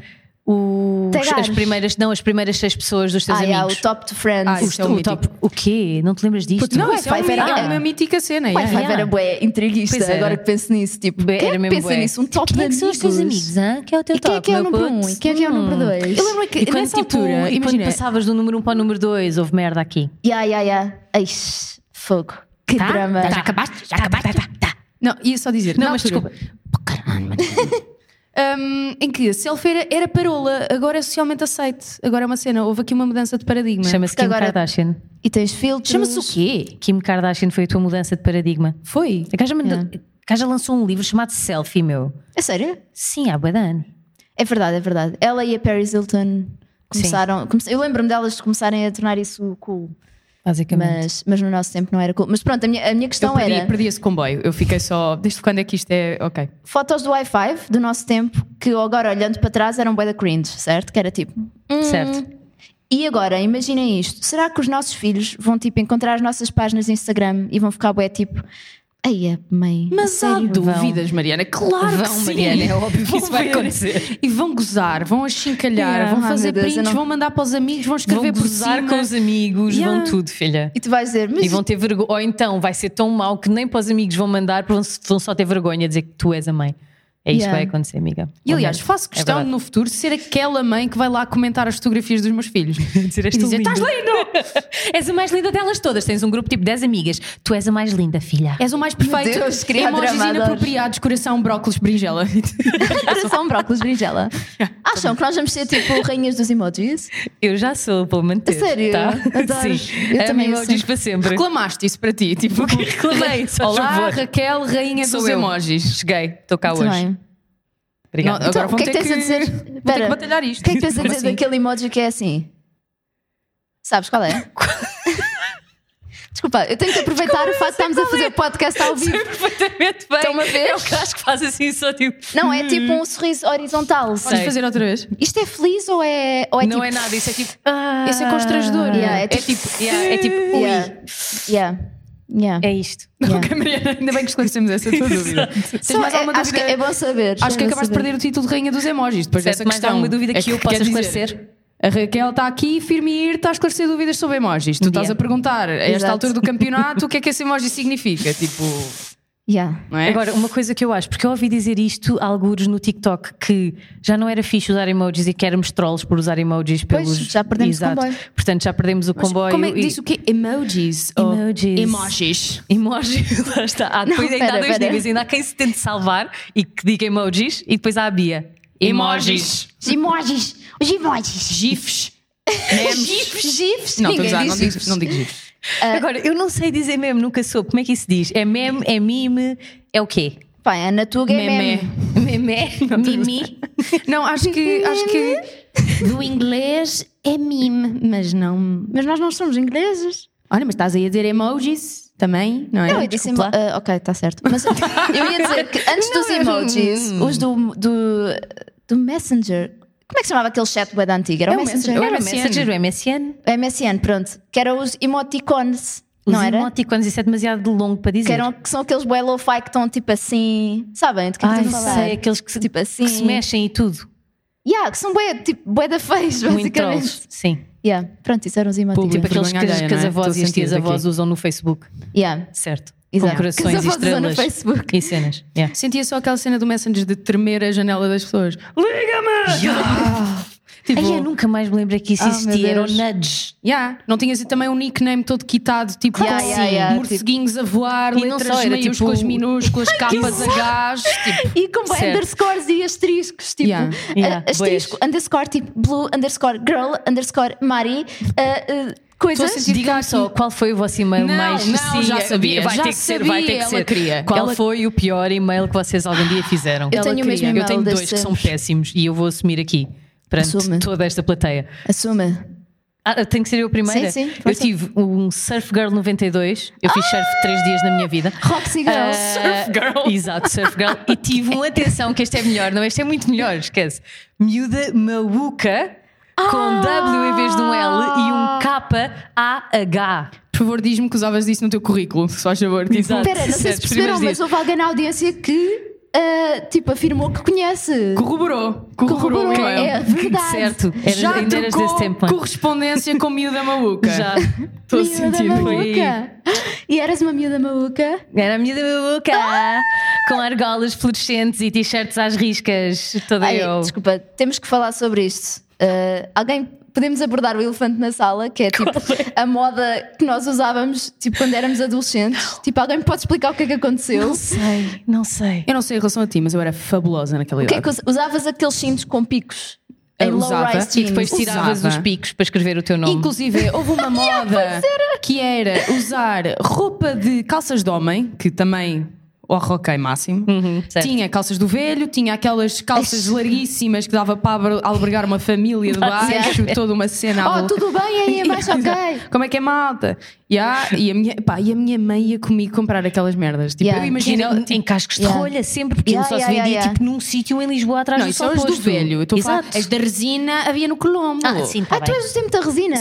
B: O,
C: Tagares.
B: as primeiras, não, as primeiras seis pessoas dos teus
C: Ah, yeah, o
B: amigos.
C: top de friends.
A: Ah,
C: o
A: isso é um
B: o,
A: mítico.
B: top. O quê? Não te lembras disto?
A: Não, isso é,
C: Wi-Fi
A: um,
C: era-
A: é uma mítica cena. é.
C: Wi-Fi
A: yeah.
B: yeah.
C: era bué intriguista,
B: Pois era.
C: agora que penso nisso. Tipo,
B: Bué,
C: quem
B: era
C: é que
B: mesmo
C: pensa
B: bué.
C: nisso? Um top
B: Quem é que
C: de
B: são os teus amigos? hã? Quem é o teu
C: E quem é
B: top,
C: que é o
B: meu
C: número
B: puto?
C: 1? Um? E quem é que é o número 2?
A: Eu lembro é que
B: hum. E quando,
A: nessa
B: tipo,
A: altura,
B: e quando
A: imagina,
B: passavas do número 1 um para o número 2, houve merda aqui.
C: Ya, ya, ya. Eish, fogo. Que drama.
B: Tá, já acabaste? Já acabaste? Tá, tá, tá.
A: Não, ia só dizer.
B: Não,
A: na
B: mas
A: altura- Pô, caralho, mano. *laughs* Hum, em que a selfie era, era parola, agora é socialmente aceite. Agora é uma cena. Houve aqui uma mudança de paradigma.
B: Chama-se
C: Porque
B: Kim
C: agora-
B: Kardashian. Hum.
C: E tens filtros.
A: Chama-se o quê?
B: Kim Kardashian foi a tua mudança de paradigma.
A: Foi.
B: A gaja, mandou-
C: Yeah.
B: a gaja lançou um livro chamado Selfie, meu.
C: É sério?
B: Sim, há bué de ano.
C: É verdade, é verdade. Ela e a Paris Hilton começaram. come- eu lembro-me delas de começarem a tornar isso cool,
B: Basicamente.
C: mas, mas no nosso tempo não era cool. Mas pronto, a minha, a minha
A: Eu
B: Então
C: questão
A: perdi,
C: era
A: perdi esse comboio. Eu fiquei só. Desde quando é que isto é. Ok.
C: fotos do Wi-Fi do nosso tempo que agora olhando para trás eram bué da cringe, certo? Que era tipo. hum.
B: Certo.
C: E agora, imaginem isto. Será que os nossos filhos vão tipo encontrar as nossas páginas de Instagram e vão ficar bué tipo. Ai, mãe. a
A: Mas há
C: sério?
A: dúvidas, Mariana. Claro que
B: Vão,
A: sim. *laughs*
B: Mariana, é óbvio que
A: Vão
B: isso vai
A: ver.
B: acontecer.
A: E vão gozar, vão achincalhar,
C: Yeah,
A: vão
C: ai,
A: fazer
C: meu Deus, eu
A: prints,
C: não-
A: vão mandar para os amigos, vão
B: Vão
A: escrever por
B: gozar
A: cima.
B: com os amigos,
A: Yeah.
B: vão tudo, filha.
C: E tu vais dizer, mas
B: E vão ter vergonha. Ou então vai ser tão mau que nem para os amigos vão mandar, vão vão só ter vergonha a dizer que tu és a mãe. É isto
C: Yeah.
B: que vai acontecer, amiga.
A: E aliás,
B: Ou não.
A: faço
B: É
A: questão de
B: verdade.
A: no futuro ser aquela mãe que vai lá comentar as fotografias dos meus filhos. e
B: Dizer, "És tu
A: dizer:
B: linda."
A: estás lindo!
C: *laughs*
B: És a mais linda delas todas. Tens um grupo tipo 10 amigas. Tu és a mais linda, filha.
C: É.
A: És o
B: *laughs*
A: mais perfeito.
C: Deus, queria
A: Emojis
C: drama, adoro.
A: inapropriados, coração, brócolis,
B: *laughs*
A: berinjela. tipo,
C: Era só um brócolis
A: *laughs*
C: berinjela. Acham que nós vamos ser tipo rainhas dos emojis?
B: Eu já sou, vou manter.
C: A sério?
B: Tá?
C: Adoro.
B: Sim.
C: Eu
B: a
C: também
B: minha
C: sou.
B: diz para sempre.
A: Reclamaste isso para ti, tipo, *laughs*
B: Reclamei, só
A: Olá,
B: favor.
A: Raquel, rainha
B: Sou
A: dos
B: eu.
A: emojis.
B: Cheguei, estou cá
C: é Muito
B: hoje.
C: bem.
A: Não,
B: Obrigada.
A: Tá agora
C: Então, o
A: vão
C: que
A: ter
C: é que tens a dizer?
A: vão ter
C: Espera.
A: que batalhar
C: O
A: isto.
C: que é que tens a
A: Como
C: dizer
A: assim?
C: daquele emoji que é assim? Sabes
A: *laughs*
C: qual é? Desculpa, eu tenho que aproveitar o
A: assim?
C: facto de
A: é?
C: estarmos a fazer o podcast ao vivo.
B: *laughs* perfeitamente bem.
C: Estão a ver?
B: É o que acho que faz assim, só tipo.
C: Então, Não,
A: Hum.
C: é tipo um sorriso horizontal.
A: Podes
B: Sei.
A: fazer outra vez?
C: Isto é feliz ou é, ou é
B: não
C: tipo.
B: é nada, isso é tipo.
A: Isso é constrangedor.
C: Yeah, é
B: É
C: tipo.
B: tipo. yeah, é tipo. ui.
C: Yeah. Yeah. Yeah.
B: É isto.
C: Yeah.
A: Ok, Mariana, ainda bem que esclarecemos
C: *laughs*
A: essa tua dúvida. Tens mais
C: Só é-
A: alguma
C: acho
A: dúvida?
C: que é bom saber.
A: Acho que
C: é
A: acabaste
C: bom
A: de
C: saber.
A: perder o título de rainha dos emojis depois
B: Certo,
A: dessa
B: mais
A: questão.
C: É
A: é
B: alguma dúvida que eu
A: quer
B: possa
A: dizer,
B: esclarecer?
A: A Raquel está aqui, firme e ir, está a esclarecer dúvidas sobre emojis. Tu estás
B: Yeah.
A: a perguntar, a esta
C: Exato.
A: altura do campeonato, o que é que esse emoji
C: *laughs*
A: significa? Tipo,
C: Yeah.
A: não é?
B: Agora, uma coisa que eu acho, porque eu ouvi dizer isto a algures no TikTok, que já não era fixe usar emojis e que éramos trolls por usar emojis
C: Pois,
B: pelos.
C: já perdemos o comboio.
B: Portanto, já perdemos o
A: Mas
B: comboio.
A: Como é
B: e-
A: que diz o quê? Emojis? ou
B: Emojis.
A: Emojis.
B: Emojis, *laughs* lá está. Há, depois
C: Não,
B: ainda há
C: pera,
B: dois
C: pera.
B: níveis, ainda há quem se tente salvar e que diga emojis, e depois há a Bia.
A: Emojis.
D: Os emojis. Os emojis.
A: GIFs.
C: *laughs* Gifs, gifs.
A: Não, estou a
C: Ninguém
A: usar,
C: diz
A: não digo,
C: gifs.
A: não digo GIFs.
C: Ah.
B: Agora, eu não sei dizer meme, nunca soube. Como é que isso diz? É meme, é meme, é o quê?
C: Pá, Ana Tuga é
A: Memé.
C: meme.
A: *laughs*
B: Meme, mimi.
A: Não, acho que, acho que
D: Do inglês é mime, mas não.
C: Mas nós não somos ingleses.
A: Olha, mas estás aí a dizer emojis também, não é?
C: Não, eu disse
B: desculpa
C: emo- ah, ok, está certo. Mas eu ia dizer que antes dos emojis, os do, do, do Messenger. Como é que se chamava aquele chat web antigo? Era
A: É
C: o
A: o
C: Messenger.
A: Messenger.
B: Era é o
A: MSN.
B: Messenger, o MSN.
C: Era o MSN, pronto. Que eram os emoticons.
B: Os
C: não era?
B: emoticons, isso é demasiado longo para dizer.
C: Que, um eram, que são aqueles bué lo-fi que estão tipo assim. Sabem do que é que
B: Ai,
C: eu estou a falar?
B: sei, aqueles que se,
C: Tipo assim.
B: que se mexem e tudo.
C: Yeah, que são bué, tipo, bué da fez,
B: Muito
C: basicamente.
B: trolls, sim.
C: Yeah, pronto, isso eram os emoticons.
A: Público.
B: Tipo aqueles que,
A: vergonha
B: as-
A: alheia,
B: que as
A: não é?
B: avós
A: Estou a
B: e as tias
A: sentir
B: avós
A: daqui.
B: usam no Facebook.
C: Tipo, Yeah.
B: Certo.
C: Exato.
B: Com corações
C: Que as
B: e
C: avós usam no
B: estrelas.
C: Facebook.
B: E cenas. Yeah.
A: Sentia só aquela cena do Messenger de tremer a janela das pessoas. Liga-me! Tipo,
B: Ai, eu nunca mais me lembro que isso
C: Ah, meu
B: existia. Era o
C: Deus.
B: nudge.
A: yeah. Não tinha assim também um nickname todo quitado, tipo
C: Yeah,
A: com
C: yeah, yeah,
A: morceguinhos a voar,
B: E não
A: letras
B: só, era
A: maiúsculas,
B: tipo-
A: minúsculas, capas a gás. Tipo,
C: E com bué
B: Certo.
C: underscores e asteriscos, tipo
A: Yeah.
C: a-
B: Yeah,
C: asterisco, underscore, tipo blue, underscore girl, underscore Mari, uh, uh,
A: Estou a
C: coisas.
A: sentir-
B: Diga-me
A: aqui-
B: tá só, qual foi o vosso e-mail
A: Não,
B: mais...
A: não,
B: Sim,
A: já
B: é-
A: sabia,
B: Vai
A: já
B: ter que ser, vai ter que
A: sabia,
B: ser.
A: ela queria.
B: Qual
A: Ela-
B: foi o pior e-mail que vocês algum dia fizeram?
C: Eu tenho o mesmo
B: Eu
C: e-mail
B: tenho dois
C: deste-
B: que são péssimos e eu vou assumir aqui. Perante
C: Assume.
B: toda esta plateia.
C: Assuma.
B: Ah, tem que ser eu a primeira?
C: Sim, sim,
B: Eu
C: força.
B: tive um Surf Girl 92. Eu fiz surf três dias na minha vida.
C: Roxy Girl.
B: Ah,
C: Surf
A: Girl.
B: Exato, Surf Girl. E tive uma atenção que este é melhor, não? Este é muito melhor, esquece. Miúda Mauca
C: Ah!
B: com W em vez de um L e um K-A-H.
A: por favor, diz-me que usavas isso no teu currículo, se faz favor. Tipo,
B: Exato.
C: Espera, não sei
B: Certo,
C: se perceberam,
B: primeiros dias.
C: mas houve alguém na audiência que uh, tipo afirmou que conhece.
A: corroborou. Corroborou, o e-mail.
C: é verdade.
B: Certo, era,
A: Já
B: ainda eras desse
A: trocou
B: tempo. mano.
A: correspondência com miúda maluca.
B: Já.
A: Estou a
C: Miúda
A: sentir.
C: maluca. E eras uma miúda maluca?
B: Era a miúda Mauca com argolas fluorescentes e t-shirts às riscas. Toda
C: Ai,
B: eu.
C: desculpa, temos que falar sobre isto. Uh, alguém, podemos abordar o elefante na sala, que é tipo a moda que nós usávamos tipo, quando éramos adolescentes. Tipo, alguém me pode explicar o que é que aconteceu?
B: Não sei, não sei.
A: Eu não sei em relação a ti, mas eu era fabulosa naquela
C: O que é
A: idade.
C: que us- usavas aqueles cintos com picos em
A: Eu usava.
C: low-rise
A: E
B: E depois
C: jeans.
B: tiravas
A: Usava.
B: os picos para escrever o teu nome.
A: Inclusive, houve *laughs* uma moda que era usar roupa de calças de homem, que também o roquei máximo.
B: Uhum, certo.
A: Tinha calças do velho, tinha aquelas *laughs* calças larguíssimas que dava para abr- albergar uma *laughs* família de baixo, toda uma cena. à
C: Oh,
A: volta.
C: tudo bem
B: *laughs*
C: aí abaixo,
A: *laughs*
C: ok.
A: Exato. Como é que é malta? Yeah, E, a minha, pá, e a minha mãe ia comigo comprar aquelas merdas. Tipo,
C: Yeah.
A: eu imagino.
B: Em- em cascos de
C: Yeah.
B: rolha, sempre, porque
C: Yeah,
B: ele só se
C: yeah,
B: vendia
C: yeah,
B: tipo num sítio em Lisboa atrás
A: Não,
B: do
A: isso é os
B: Sol
A: do
B: Posto.
A: velho. Eu estou a falar.
B: Exato.
A: As da resina havia no Colombo.
B: Ah, sim, tá
C: Ah, tu
B: bem.
C: és do tempo da resina?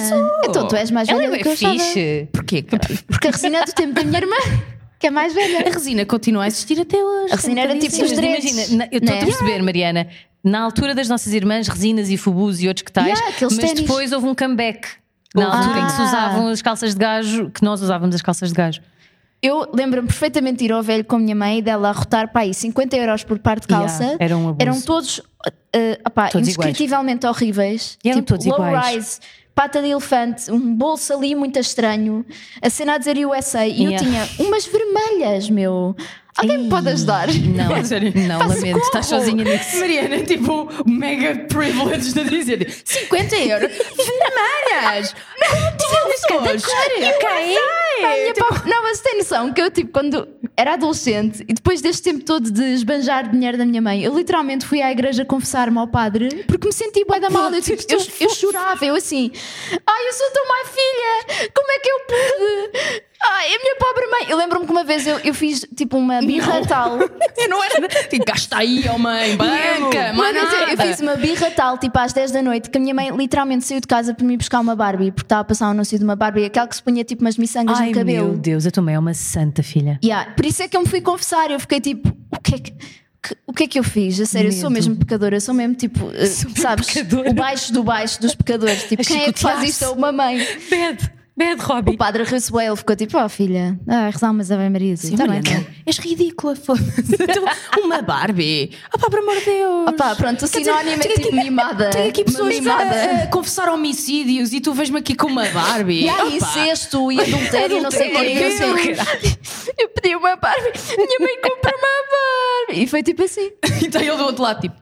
C: Então tu és mais velha
B: Ela
C: do
B: é
C: que eu achava.
B: fixe.
A: Porquê? caralho?
C: Porque a resina é do tempo da minha irmã, *laughs* que é mais
A: A
C: velha.
A: resina continua a existir até hoje.
C: A resina era tipo
B: Sim,
C: os
B: mas
C: dreads.
B: imagina, na- eu estou
C: né?
B: a perceber, Mariana, na altura das nossas irmãs, resinas e fubus e outros que tais,
C: Yeah, aqueles
B: mas
C: ténis.
B: depois houve um comeback. Na
A: Houve.
B: altura em que se
C: Ah.
B: usavam as calças de gajo, que nós usávamos as calças de gajo.
C: Eu lembro-me perfeitamente de ir ao velho com a minha mãe e dela arrotar para aí 50 euros por par de calça.
B: Yeah, era um abuso.
C: Eram todos, uh, uh, opá,
B: Todos iguais.
C: indescritivelmente horríveis. Tipo,
B: E eram todos
C: low
B: iguais.
C: rise, pata de elefante, um bolso ali muito estranho, a cena a dizer USA. E
B: Yeah.
C: eu tinha umas vermelhas, meu. Alguém me pode ajudar? *laughs*
B: Não, *laughs* não, lamento, estás sozinha nisso.
A: Mariana, tipo, mega privileged de dizer 50 euros vermelhas! Tipo, Como todos! É,
C: Pá, minha
A: Tipo,
C: pau- Não, mas tem noção que eu, tipo, quando era adolescente e depois deste tempo todo de esbanjar dinheiro da minha mãe, eu literalmente fui à igreja confessar-me ao padre porque me senti bué da mal. Eu, tipo, eu, eu chorava, eu assim, ai, eu sou tão má filha, como é que eu pude? Ai, a minha pobre mãe. Eu lembro-me que uma vez eu, eu fiz, tipo, uma birra tal.
A: Eu *laughs* não era. Tipo, gasta aí, ó mãe, banca,
C: Mas eu, eu
A: manada.
C: fiz uma birra tal, tipo às 10 da noite, que a minha mãe literalmente saiu de casa para me ir buscar uma Barbie, porque estava a passar um anúncio de uma Barbie, aquela que se punha tipo umas miçangas
B: Ai
C: no cabelo.
B: meu Deus, a tua mãe é uma santa filha.
C: Yeah, Por isso é que eu me fui confessar. Eu fiquei tipo, o que é que. que- o que é que eu fiz? A sério, eu sou mesmo pecadora, eu sou mesmo tipo, eh, sabes,
B: pecadora.
C: o baixo do baixo dos pecadores. Tipo,
B: A
C: quem é que faz
B: chicotear-se.
C: isto a uma mãe?
B: Bad, bad
C: O
B: Robbie.
C: padre Rissuel ficou tipo, ó filha, ah, rezar umas Ave Maria. Tá bem, tá.
A: És ridícula, foda-se. Tu, tipo Uma Barbie. Ah pá, por amor de Deus.
C: Opá, pronto, o
A: Quer dizer,
C: sinónimo
A: tenho
C: é tipo
A: aqui-
C: mimada.
A: Tenho aqui
C: Uma
A: pessoas a,
C: mimada.
A: a confessar homicídios e tu vês-me aqui com uma Barbie. Ah,
C: E há
A: Opa.
C: incesto e adultério, não sei o quê. não sei o quê. Eu pedi uma Barbie, minha mãe comprou uma Barbie. E foi tipo assim.
A: Então ele do outro lado, tipo.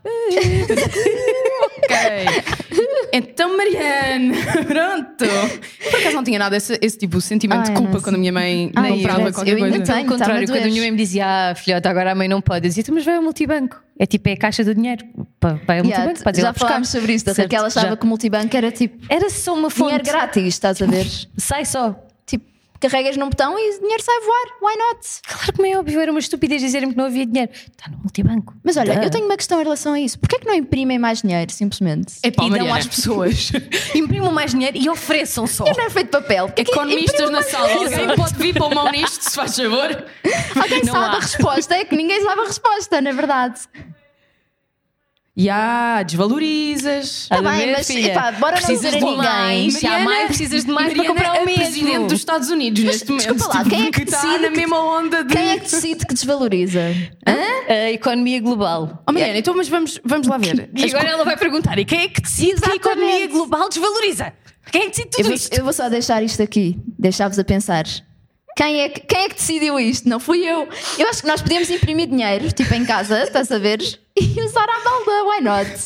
A: ok. Então, Mariane, *laughs* pronto. Por acaso não tinha nada esse, esse tipo de sentimento
C: Ai,
A: de culpa
C: não
A: quando a minha mãe
C: Ai,
A: comprava
C: parece-
A: qualquer
C: eu ainda
A: coisa.
C: tenho.
B: Ao contrário,
C: tá-me a
B: quando a
C: doer.
B: minha mãe me dizia, ah, filhota, agora a mãe não pode, eu dizia, "Tu, mas vai ao multibanco. É tipo, é a caixa do dinheiro. Pa- Vai ao
C: Yeah,
B: multibanco, podes ir lá
C: já
B: buscar.
C: falámos sobre isso, da
B: Certo,
C: Raquel achava
B: já.
C: que o multibanco era tipo
B: Era só uma fonte.
C: dinheiro grátis, estás
A: *laughs*
C: a ver?
B: Sai só.
C: tipo, carregas num botão e o dinheiro sai a voar, why not?
B: Claro que não é óbvio, era uma estupidez dizerem que não havia dinheiro. Está no multibanco. Tá.
C: Mas olha,
B: Duh.
C: eu tenho uma questão em relação a isso. Porquê é que não imprimem mais dinheiro, simplesmente?
A: É pá,
B: E dão
A: Mariana.
B: às pessoas. Imprimam mais dinheiro e ofereçam só.
C: Não é feito de papel. Porquê que
A: Economistas na sala, alguém
B: Exato.
A: pode vir para o mão nisto, se faz favor?
C: Alguém
A: Não
C: sabe
A: há.
C: a resposta, é que ninguém sabe a resposta, na verdade.
A: E há, desvalorizas.
B: Tá
C: Tá bem,
B: ver,
C: mas,
B: filha?
C: epá, bora não
B: precisas de
C: dizer ninguém.
B: mais. Já há mais, precisas de mais para
A: Mariana
B: comprar o
A: é
B: mesmo.
A: presidente dos Estados Unidos neste momento.
C: um desculpa lá, quem é que
A: está
C: decide
A: na
C: que-
A: mesma onda de.
C: Quem é que decide que desvaloriza?
A: *laughs*
B: A economia global.
A: Oh, Mariana, então mas vamos, vamos lá ver.
B: é- *laughs* E agora ela vai perguntar: e quem é que decide que a economia
C: Exatamente.
B: global desvaloriza? Quem é que decide
C: Eu
B: tudo
C: vou,
B: isto?
C: eu vou só deixar isto aqui, deixar-vos a pensar. Quem é, que, quem é que decidiu isto? Não fui eu. Eu acho que nós podíamos imprimir dinheiro, tipo em casa, estás a ver? *laughs* E usar à balda, why not?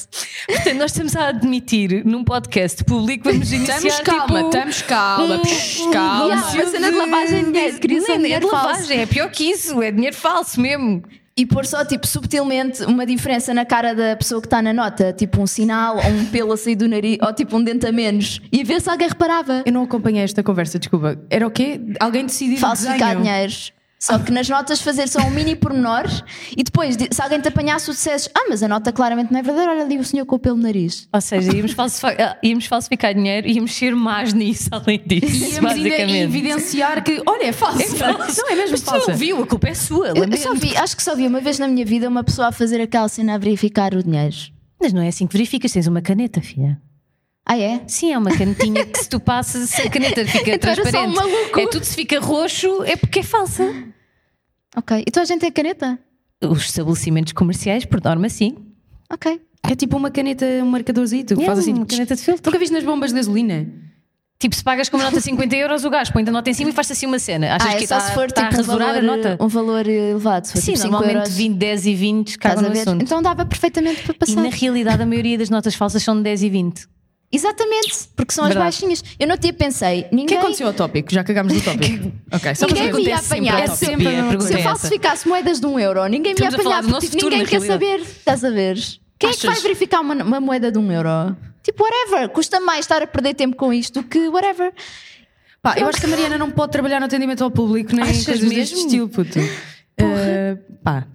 B: Portanto, nós estamos a admitir num podcast público, vamos iniciar
A: Estamos calma,
B: tipo, um
A: estamos calma, psh, calma.
C: Yeah, uma cena de lavagem de dinheiro, queria
B: Não é
C: ser dinheiro
B: dinheiro de
C: falso.
B: lavagem, é pior que isso, é dinheiro falso mesmo.
C: E pôr só, tipo, subtilmente uma diferença na cara da pessoa que está na nota, tipo um sinal, ou um pelo a sair do nariz, ou tipo um dente a menos, e ver se alguém reparava.
A: Eu não acompanhei esta conversa, desculpa. Era o quê? Alguém decidiu
C: Falsificar dinheiros. Só que nas notas fazer só um mini pormenor e depois, de- se alguém te apanhasse, tu dissesses, ah, mas a nota claramente não é verdadeira, olha ali o senhor com o pelo no nariz.
B: Ou seja, íamos, falsifi- ah, íamos falsificar dinheiro e íamos ser mais nisso, *laughs* além disso.
A: Íamos ainda
B: basicamente.
A: evidenciar que, olha, é falso. Não, é mesmo
B: Mas tu
A: falso.
B: não viu, a culpa é sua.
C: Eu,
B: lamento.
C: só vi, acho que só vi uma vez na minha vida uma pessoa a fazer aquela cena a verificar o dinheiro.
B: Mas não é assim que verificas, tens uma caneta, filha.
C: Ah, é?
B: Sim, é uma canetinha que se tu passas, a caneta fica *laughs*
C: Então era só um
B: transparente.
C: maluco.
B: É tudo se fica roxo, é porque é falsa.
C: Ok. E toda a gente tem caneta?
B: Os estabelecimentos comerciais, por norma, sim.
C: Ok.
A: É tipo uma caneta, um marcadorzinho, tu
B: É
A: faz assim.
B: uma caneta de filtro.
A: Nunca viste nas bombas de gasolina?
B: Tipo, se pagas com uma nota 50 euros, o gajo põe a nota em cima e faz-te assim uma cena. Achas
C: ah, é
B: que
C: só
B: está,
C: se for
B: está a
C: tipo um
B: rasurar
C: valor,
B: a nota?
C: um valor elevado. Se for
B: Sim,
C: tipo 5
B: normalmente
C: euros,
B: 20, 10 e 20
C: estás
B: cagam
C: a
B: no
C: ver?
B: assunto.
C: Então dava perfeitamente para
B: E
C: passar.
B: na realidade a maioria das notas falsas são de 10 e 20.
C: Exatamente, porque são
B: Verdade. é
C: as baixinhas. Eu não tinha pensei, ninguém...
A: O que aconteceu ao tópico? Já cagámos no
B: *laughs*
A: tópico. ok, só para
C: Ninguém
A: saber.
C: me ia
B: acontece
A: É sempre
B: sempre ao tópico.
C: apanhar. um-
A: a
B: E a pergunta
C: Se eu
B: é essa.
C: falsificasse moedas de um euro, ninguém me ia
B: Estamos a falar
C: apanhar
B: do
C: porque
B: nosso
C: tipo, ninguém quer
B: futuro, na
C: saber. Estás a ver? Quem é que vai
A: Achas?
C: verificar uma, uma moeda de um euro? Tipo, whatever. Custa mais estar a perder tempo com isto do que whatever.
A: Pá, eu acho que a Mariana não pode trabalhar no atendimento ao público nem
B: Achas
A: em coisas deste
B: mesmo?
A: estilo, puto. Eh, pá.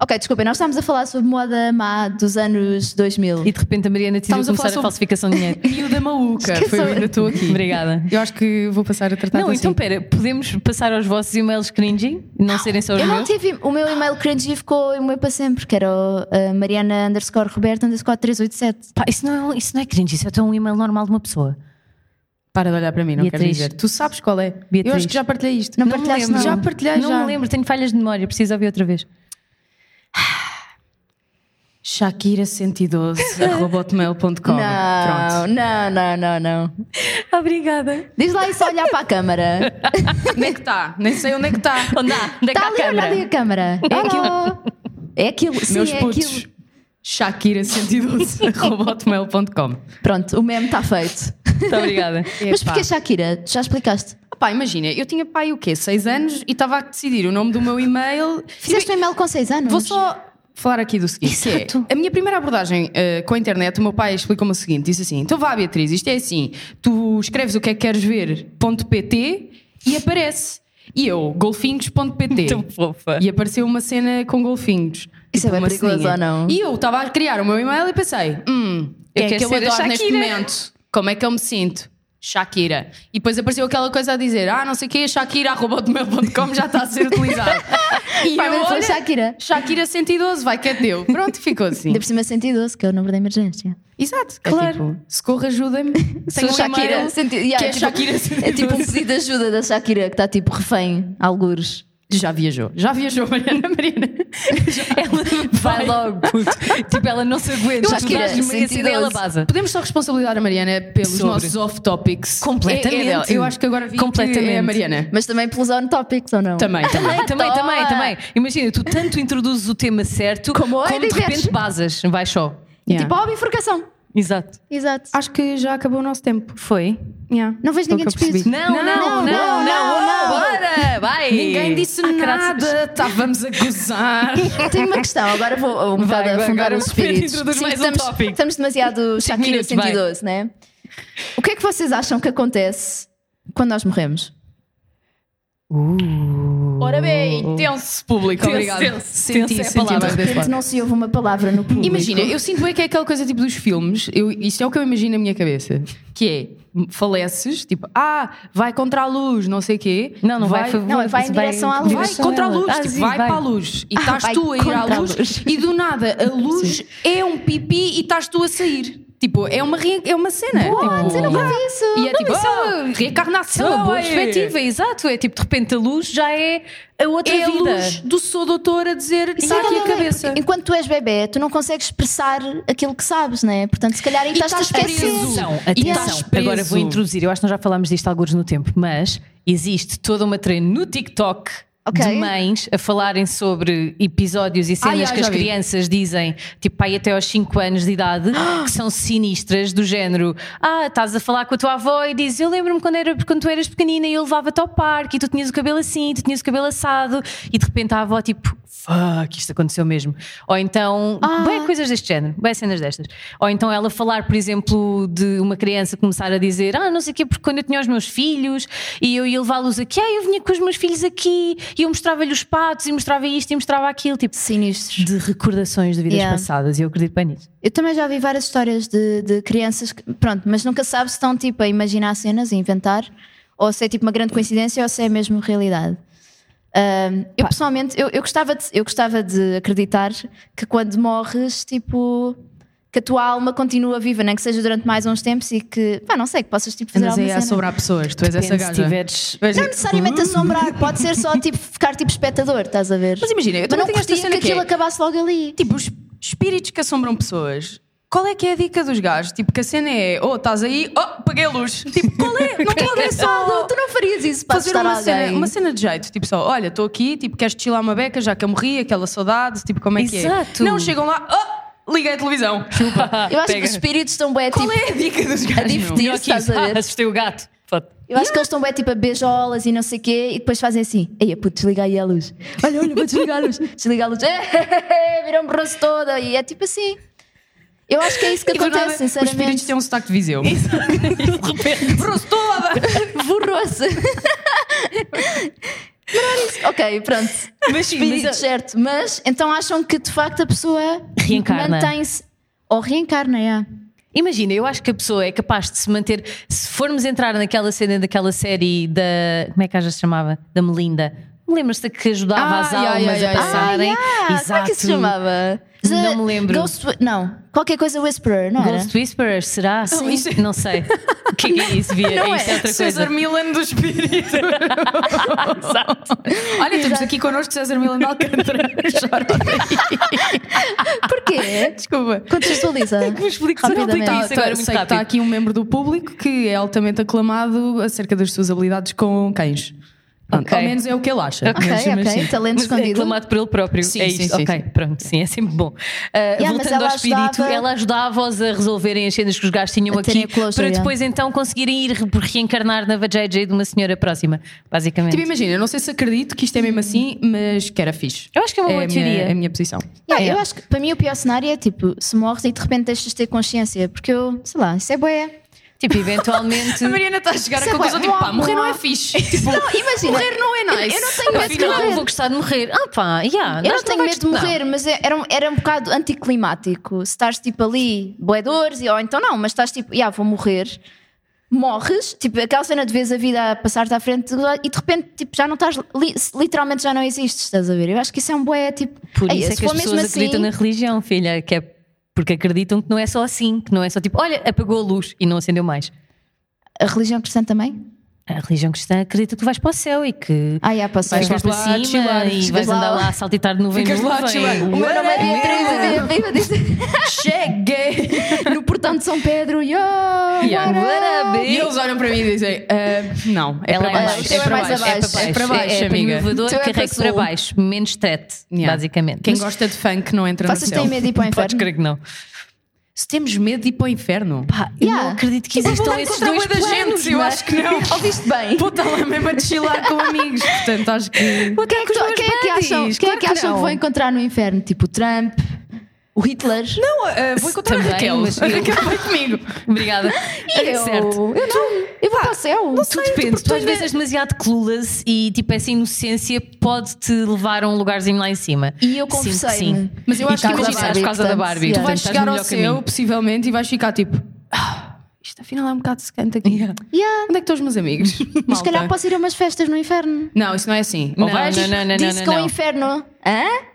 C: Ok, desculpem, nós estávamos a falar sobre moda má dos anos 2000.
B: E de repente a Mariana decidiu
A: Estamos a
B: começar a,
A: falar sobre-
B: falsificação de dinheiro.
C: *laughs*
A: Miúda maluca. Foi, eu ainda estou aqui.
C: Tá,
B: Obrigada.
A: Eu acho que vou passar a tratar
B: Não,
A: assim.
B: então pera, podemos passar aos vossos e-mails cringy? Não, serem só os
C: Ah, Eu não
B: meus?
C: tive. O meu e-mail cringy ficou o meu para sempre, que era o uh, Mariana underscore Roberto underscore 387.
B: Pá, isso, não é, isso não é cringe, isso é até um e-mail normal de uma pessoa.
A: Para de olhar para mim, não quero
B: Beatriz.
A: dizer. Tu sabes qual é? Eu
B: Beatriz.
A: acho que já partilhei isto.
C: Não
A: me
C: partilhaste,
A: lembro.
C: não.
A: Já partilhei,
B: não
A: já.
B: me lembro, tenho falhas de memória, preciso ouvir outra
C: *laughs*
B: vez.
A: Shakira112, arroba hotmail.com.
C: Não,
A: Pronto.
C: não, não, não, não.
B: Obrigada.
C: Diz lá isso a *laughs* olhar para a câmara.
A: Onde é que está? Nem sei onde é que está.
B: Onde há? Onde é que
C: Está
B: há
C: ali ou não
B: câmara?
C: Tá ali a câmara? É aquilo. É aquilo,
A: *laughs*
C: sim,
A: Meus
C: é
A: putos.
C: aquilo.
A: Shakira112, arroba hotmail.com.
C: Pronto, o meme está feito.
A: *laughs*
B: Muito obrigada.
C: Mas
A: Epá.
C: porquê Shakira? Já explicaste.
A: Pá, imagina, eu tinha pai o quê? Seis anos e estava a decidir o nome do meu e-mail.
C: Fizeste um e-mail com 6 anos?
A: Vou só falar aqui do seguinte: que é,
B: Exato.
A: a minha primeira abordagem eh, com a internet, o meu pai explicou-me o seguinte: disse assim: então vá, Beatriz, isto é assim: tu escreves o que é que queres ver.pt e aparece. E eu, golfinhos.pt.
B: Tão fofa.
A: E apareceu uma cena com golfinhos. Tipo
C: Isso é bem
A: uma
C: perigoso
A: ceninha.
C: ou não?
A: E eu estava a criar o meu e-mail e pensei: hum, o que é
B: quero
A: que eu
B: ser a
A: adoro neste
B: Shakira.
A: momento? Como é que eu me sinto? Shakira. E depois apareceu aquela coisa a dizer: Ah, não sei o quê, Shakira, arroba do meu.com já está a ser
C: *laughs*
A: utilizado. e
C: Pá,
A: eu,
C: não foi
A: olha,
C: Shakira.
A: Shakira 112, vai que é teu. Pronto, ficou assim. É
C: Ainda por cima 112, que é o número da emergência.
A: Exato, claro. Socorro, ajudem-me. Tenho
C: Sou
A: um Shakira.
C: senti- yeah,
A: que é
C: tipo-
A: Shakira 112.
C: É tipo um pedido de ajuda da Shakira que está tipo refém, algures.
A: Já viajou, já viajou, *laughs* Mariana Mariana.
B: Ela vai logo, puto. Tipo, ela não se aguenta.
C: Eu
B: Tu
C: acho
B: é
C: que era
B: dás-lhe uma- essa
C: 112.
B: ideia, ela baza.
A: Podemos só responsabilizar a Mariana pelos
B: Sobre.
A: nossos off-topics.
B: Completamente.
A: É- é dela. eu acho que agora vi que é a
B: Completamente.
A: Mariana.
C: Mas também pelos on topics ou não?
A: Também, também.
B: Também, também,
C: Adoro.
B: também, também. Imagina, tu tanto introduzes o tema certo
C: Como
B: como,
C: olha,
B: de
C: vês.
B: repente basas. Vai só.
A: *laughs* Yeah.
C: Tipo, ó, bifurcação.
B: Exato.
C: Exato.
A: Acho que já acabou o nosso tempo.
B: Foi?
A: Yeah.
C: Não vejo
A: Pelo
C: ninguém
A: que eu percebi.
C: despido.
B: Não, não, não, não, não, bora, vai.
A: Ninguém disse
B: Ah, caraças.
A: nada, estávamos a gozar.
C: Tenho uma questão, agora vou uh, mudar
B: Vai,
C: a
B: vai,
C: fundar
B: agora
C: os
B: o Pedro
C: espíritos.
B: introduz mais um
C: estamos,
B: tópico.
C: estamos *laughs* demasiado Shakira
B: minutos, vai.
C: 112, né? O que é que vocês acham que acontece quando nós morremos?
A: Ora bem, *laughs* tenso público,
B: Tenso,
A: obrigado.
B: tenso,
A: senti
B: tenso é a
A: senti
B: palavra.
A: muito
C: De
A: desse
C: repente
A: lado.
C: não se ouve uma palavra no público.
A: Imagina, eu sinto bem que é aquela coisa tipo dos filmes, eu, isto é o que eu imagino na minha cabeça, que é faleces, tipo, ah, vai contra a luz, não sei o quê.
B: Não, não vai.
C: Não, vai em direção à luz.
A: Vai
C: Direção
A: contra a luz, tipo, vai, para a
B: luz.
A: luz. E
C: Ah,
A: estás
C: vai
A: tu a ir à
C: contra a
A: luz,
C: luz.
A: e do nada a luz é um pipi e estás tu a sair. Tipo, é uma, re- é uma cena. tipo,
C: eu não
A: yeah.
C: ouvi isso.
A: E é tipo,
B: isso é
A: oh, reencarnação.
B: É uma boa
A: ué.
B: perspectiva, exato. É tipo, de repente a luz já é a outra
A: É a
B: vida.
A: luz do sou doutor a dizer,
C: Sim,
A: está aqui
C: não,
A: a
C: não, não,
A: cabeça.
C: porque Enquanto tu és bebê, tu não consegues expressar aquilo que sabes, né? Portanto, se calhar aí estás-te a esquecer.
A: preso.
B: Tá Atenção,
A: E
B: atenção.
A: estás preso.
B: Agora vou introduzir, eu acho que nós já falámos disto alguns no tempo, mas existe toda uma treino no TikTok
C: Ok.
B: de mães a falarem sobre episódios e
A: Ai,
B: cenas
A: ai,
B: que as
A: Ah, já vi.
B: crianças dizem, tipo, pai até aos 5 anos de idade, que são sinistras, do género: Ah, estás a falar com a tua avó e dizes, Eu lembro-me quando, era, quando tu eras pequenina e eu levava-te ao parque e tu tinhas o cabelo assim, tu tinhas o cabelo assado, e de repente a avó, tipo, Fuck, isto aconteceu mesmo. Ou então, bem coisas deste género, bem cenas destas. Ou então ela falar, por exemplo, de uma criança começar a dizer: Ah, não sei o quê, porque quando eu tinha os meus filhos e eu ia levá-los aqui, ah, eu vinha com os meus filhos aqui e eu mostrava-lhe os patos e mostrava isto e mostrava aquilo. Tipo,
C: Sinistros.
B: de recordações de vidas
C: Yeah.
B: passadas, e eu acredito bem nisso.
C: Eu também já vi várias histórias de, de crianças, que- pronto, mas nunca sabes se estão tipo a imaginar cenas, a inventar, ou se é tipo uma grande coincidência ou se é mesmo realidade. Ahm, eu pessoalmente, eu, eu, gostava de, eu gostava de acreditar que quando morres, tipo, que a tua alma continua viva, nem que seja durante mais uns tempos e que, pá, não sei, que possas tipo fazer
A: Andas aí
C: alguma
A: a
C: cena.
A: assombrar é pessoas, tu és essa
B: Depende, se
A: gaja.
B: *laughs*
A: tipo,
B: tiveres.
A: Vais
C: Não
A: dizer,
C: necessariamente assombrar, pode ser só tipo ficar tipo espectador, estás a ver?
A: Mas imagina, eu
C: Mas
A: também
C: não
A: tenho esta
C: curtia
A: cena
C: que
A: que, é,
C: aquilo acabasse logo ali.
A: tipo, os espíritos que assombram pessoas. Qual é que é a dica dos gajos? Tipo, que a cena é, oh, estás aí, oh, paguei a luz. Tipo, qual é? Não pode é
C: Ah,
A: só
C: tu não farias isso para
A: fazer
C: assustar
A: uma
C: alguém.
A: cena, uma cena de jeito. Tipo, só, olha, estou aqui, tipo, queres chilar uma beca já que eu morri, aquela saudade, tipo, como é que é?
B: Exato.
A: Não, chegam lá, oh, liguei a televisão. Chupa.
C: Eu acho
B: Pega.
C: que os espíritos estão bem
A: Qual
C: tipo.
A: é a dica dos
C: A
A: gajos? meu?
C: divertir-se, estás a
B: Ah,
C: ver?
B: assustei o gato. *laughs* Foda.
C: Eu acho que eles estão bem tipo a beijolas e não sei o quê, e depois fazem assim: Ei, puto, desliga aí a luz. Olha, olha, vou desligar a luz. *laughs* Desliga a luz. Viram-me rosto toda. E é tipo assim. Eu acho que é isso que
A: E do
C: acontece,
A: nada, Tipo, os espíritos
C: sinceramente.
A: têm um sotaque de viseu. *laughs* Bruce toda!
B: um
C: *laughs* Borroso. Não era isso. Ok, pronto.
B: *laughs* Mas sim,
C: Espírito,
B: mas-
C: certo. Mas então acham que de facto a pessoa
B: Reencarna.
C: mantém-se. Ou reencarna, é.
B: Imagina, eu acho que a pessoa é capaz de se manter. Se formos entrar naquela cena daquela série da. Como é que a já se chamava? Da Melinda. Lembras-te que ajudava
A: Ah,
B: as
A: yeah,
B: almas
A: yeah,
B: a
A: yeah.
B: passarem?
C: Ah, como é que se chamava?
B: Não me lembro.
C: Ghost, não, qualquer coisa Whisperer, não era?
B: Ghost Whisperers, será?
A: Sim. isso-
B: Não
C: *laughs*
B: sei. O que é que é isso, Bia?
C: é- Não
B: Isso
C: é.
B: é outra coisa.
A: César Milan do espírito.
B: *laughs*
A: Olha, temos aqui connosco César Milan de Alcântara. *laughs* Chora.
B: *laughs*
C: Porquê?
A: Desculpa.
C: Contextualiza. *laughs*
B: me explico
C: Rapidamente.
B: isso agora
A: Tá, Sei
B: muito
A: que
B: rápido.
A: está aqui um membro do público que é altamente aclamado acerca das suas habilidades com cães. Pronto,
B: Ok.
A: Ao menos é o que ele acha.
C: Ok,
A: Mas- mas
C: ok,
A: sim.
C: talento
B: Mas é
C: escondido.
B: aclamado por ele próprio.
A: Sim,
B: é
A: sim,
B: isto.
A: sim,
B: ok,
A: sim.
B: pronto, sim, é sempre bom. Ah,
C: mas
B: voltando
C: ela
B: ao espírito,
C: ajudava-
B: ela ajudava-os a resolverem as cenas que os gajos tinham
C: A terem
B: aqui
C: a closure,
B: para
C: yeah.
B: depois então conseguirem ir re- reencarnar na vajayjay de uma senhora próxima, basicamente.
A: Tipo, imagina, eu não sei se acredito que isto é mesmo assim, mas que era fixe.
B: Eu acho que é uma boa
A: a minha-
B: teoria.
A: é a minha posição.
C: Yeah,
B: É.
C: Eu acho que para mim o pior cenário é tipo, se morres e de repente deixas de ter consciência, porque eu, sei lá, isso é boé.
B: Tipo,
C: *laughs*
B: eventualmente.
A: A Mariana está a chegar à
C: Sei
A: conclusão,
C: lá,
A: tipo, pá,
C: não-
A: morrer não é
C: não-
A: fixe. *laughs* Tipo,
C: Não, imagina,
A: morrer não é nice.
C: eu não tenho medo de
B: afinal,
C: morrer.
B: vou gostar de morrer. Ah, pá, yeah,
C: eu
B: nós
C: não tenho
B: vais-
C: medo de morrer, mas é- era um, era um bocado oh, anticlimático. Se estás tipo ali, boé dores, e- ou então não, mas estás tipo, yeah, vou morrer. morres, tipo, aquela cena de vez a vida a passar-te à frente e de repente, tipo, já não estás, li- literalmente já não existes, estás a ver? Eu acho que isso é um bué, tipo,
B: Por
C: "Ei,
B: isso é
C: se
B: que as
C: for mesmo assim-
B: pessoas acreditam na religião, filha, que é porque acreditam que não é só assim, que não é só tipo, olha, apagou a luz e não acendeu mais.
C: A religião cristã também?
B: A religião cristã acredita que tu vais para o céu e que
C: Ah, yeah, passou.
B: vais lá
A: Chegas lá a
B: para cima
A: chilar,
B: e
A: chegas
B: vais
C: lá.
B: andar lá a saltitar de nuvem em
A: Ficas lá a
B: nuvem.
A: chilar.
C: O meu nome é Beatriz, a Viva diz
A: *laughs* Cheguei!
C: no portão de São Pedro, yo,
B: Yeah,
C: what up?
B: what a
A: E
B: bitch.
A: eles olham para mim e dizem: "Ah, Não, é para
B: Ela é
A: baixo.
B: mais-
C: é para baixo,
B: é para
C: é
B: baixo,
A: para baixo,
B: é, é para
A: amiga.
B: inovador,
C: Então é para
B: carrega para
C: sul.
B: baixo, menos tete,
A: Yeah.
B: basicamente.
A: Quem
B: Mas
A: gosta de funk não entra
C: Vocês
A: no céu.
C: têm medo de ir para o
B: podes
C: inferno?
B: crer que não.
A: Se temos medo de ir para o inferno.
B: Pá, eu
C: Ah, Yeah.
B: não acredito que existam esses dois
A: da
B: planos,
C: é?
A: gente, eu
B: mas-
A: acho que
C: *laughs*
A: não.
C: Ouviste bem?
A: Puta lá mesmo a deschilar com amigos, portanto acho que.
C: Quem é que,
A: Com os
C: tu- quem é que
A: meus
C: acham,
A: buddies,
C: quem é
A: claro
C: que,
A: que
C: acham
A: não.
C: que vou encontrar no inferno? Tipo o Trump, o Hitler?
A: Não, ah, vou encontrar
B: Também,
A: a Raquel. *laughs*
B: mas
A: A
B: eu-
A: Raquel vai comigo. *laughs*
B: Obrigada. É
C: E eu?
B: Certo.
C: Eu não. Eu vou para o céu.
B: Tu depende, tu às vezes és demasiado clueless e tipo essa inocência pode-te levar a um lugarzinho lá em cima.
C: E eu
B: Sinto que
C: confessei-me.
B: sim.
A: Mas eu
B: E
A: acho que
B: por causa
A: imagina,
B: da Barbie, por causa da
C: portanto,
B: Barbie.
C: yeah.
A: Tu vais
B: portanto, estás
A: chegar
B: no
A: ao
B: melhor
A: seu,
B: caminho.
A: possivelmente, e vais ficar tipo. "Ah, isto afinal é um bocado secante aqui.
C: Yeah.
A: Onde é que estão os meus amigos?
C: Mas se calhar
A: Malta.
C: posso ir a umas festas no inferno.
A: Não, isso não é assim. Ou
B: Não,
A: vais-
B: não, não, não,
C: Disse
B: não,
C: que é
B: não.
C: o inferno. Hã?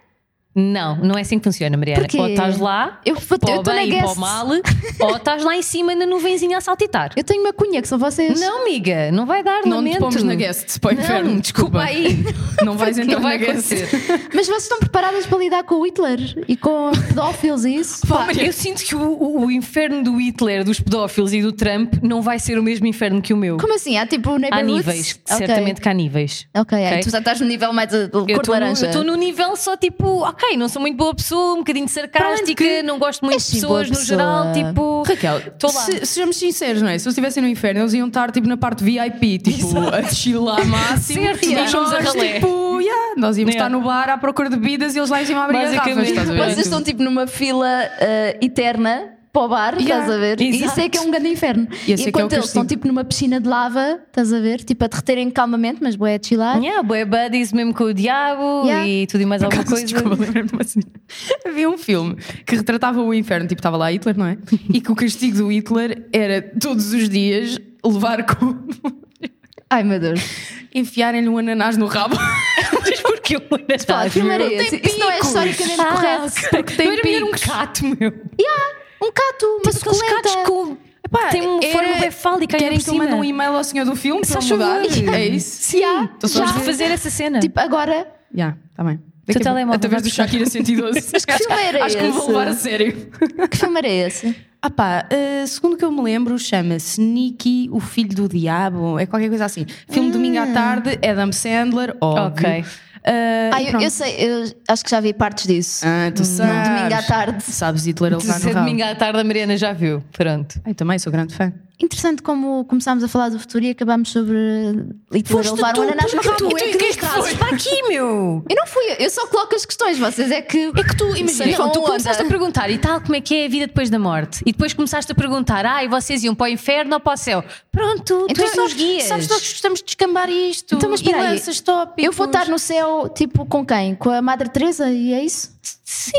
B: Não, não é assim que funciona, Mariana.
C: Porquê?
B: Ou estás lá,
C: Eu vou-
B: para
C: eu
B: o
C: tô na
B: bem e para o
C: guest.
B: mal, ou estás lá em cima na nuvenzinha a saltitar.
C: Eu tenho uma cunha que são vocês.
B: Não, amiga, não vai
A: Não
B: dar,
A: te
B: lamento.
A: pomos na guest para o inferno.
B: desculpa aí.
A: Não vais entrar
B: Não vai
A: na guest.
B: acontecer.
C: Mas vocês estão preparadas para lidar com o Hitler e com pedófilos e isso?
B: Pá, eu sinto que o, o- o inferno do Hitler, dos pedófilos e do Trump não vai ser o mesmo inferno que o meu.
C: Como assim? Há tipo neighborhoods?
B: Há níveis,
C: Ok.
B: certamente que há níveis.
C: Ok, aí
B: Ok?
C: tu já estás no nível mais de de
B: Eu
C: cor
B: estou no,
C: laranja.
B: eu tô no nível só tipo, ok, não sou muito boa pessoa, um bocadinho sarcástica, não gosto muito
C: És
B: de
C: sim boa
B: pessoas no
C: pessoa.
B: geral, tipo.
A: Raquel,
B: Tô lá.
A: se- sejamos sinceros, não é? Se eles estivessem no inferno, eles iam estar tipo na parte VIP, tipo a
B: *laughs*
A: desfilar máximo.
B: Certo,
A: e
B: nós
A: nós,
B: somos a ralé.
A: tipo, yeah, nós íamos
B: Yeah.
A: estar no bar à procura de bebidas e eles lá em cima a abrir garrafas.
B: Basicamente.
A: estás a ver?
C: Vocês estão tipo numa fila eh, eterna para o bar,
A: Yeah,
C: estás a ver? E isso é que é um grande inferno.
A: E esse é que é o
C: Enquanto
A: castigo.
C: eles estão tipo numa piscina de lava, estás a ver? Tipo a derreterem calmamente, mas boé a chilar.
B: Yeah, boé buddies mesmo com o diabo
C: Yeah.
B: e tudo e mais alguma coisa.
A: Então, Desculpa, lembrei-me assim. Havia um filme que retratava o inferno, tipo, estava lá Hitler, não é? E que o castigo do Hitler era todos os dias levar com. *laughs*
C: Ai meu Deus.
A: enfiarem-lhe um ananás no
B: *laughs*
A: rabo.
B: Mas porquê o Jonas
C: Pá, que
B: meu?
C: filme era esse? Isso não é historicamente
B: Ah,
C: correto.
B: ok.
A: porque tem
B: Não era melhor um
A: picos.
B: cato, meu.
C: Um cato, uma
B: Aqueles catos
C: suculenta.
B: com. tem uma forma bem fálica ainda
A: Querem
B: por
A: que eu mande
B: cima.
A: um e-mail ao senhor do filme
B: Se
A: para
B: faz favor.
A: mudar? É isso?
B: Sim,
A: Tô só a
B: já
A: dizer.
B: fazer essa cena.
C: Tipo, agora.
A: Já, está bem.
B: Teu telemóvel
A: Através
B: vai
A: do Shakira 112. Mas
C: que filme era
A: Acho que me vou
C: esse?
A: levar a sério.
C: Que filme era esse?
A: Ah pá, eh, segundo que eu me lembro, chama-se Nicky, o filho do diabo, é qualquer coisa assim. Filme domingo à tarde, Adam Sandler, óbvio.
B: Ok.
A: Eh,
C: Ah,
A: e
C: eu,
A: pronto.
C: eu sei, eu acho que já vi partes disso.
A: Ah, tu sabes.
C: domingo à tarde.
A: Sabes Hitler a levar
B: Se
A: no
B: é
A: rabo.
B: domingo à tarde, a Mariana já viu. Pronto.
A: Eu também sou grande fã.
C: Interessante como começámos a falar do futuro e acabámos sobre Hitler a levar um ananás no
B: porque
C: rabo.
B: tu é que
C: nos
B: nos trazes para aqui, meu.
C: Eu não fui, eu só coloco as questões, vocês é que.
B: É que tu, imagina,
C: Sei lá,
B: tu
C: onda.
B: começaste a perguntar e tal, como é que é a vida depois da morte? E depois começaste a perguntar, ah, e vocês iam para o inferno ou para o céu? Pronto, tu
C: Então,
B: és os guias.
D: Sabes, nós gostamos de descambar isto.
C: Então, mas
D: e
C: espera aí.
D: lanças tópicos.
C: Eu vou estar no céu, tipo, com quem? Com a Madre Teresa e é isso?
B: Sim,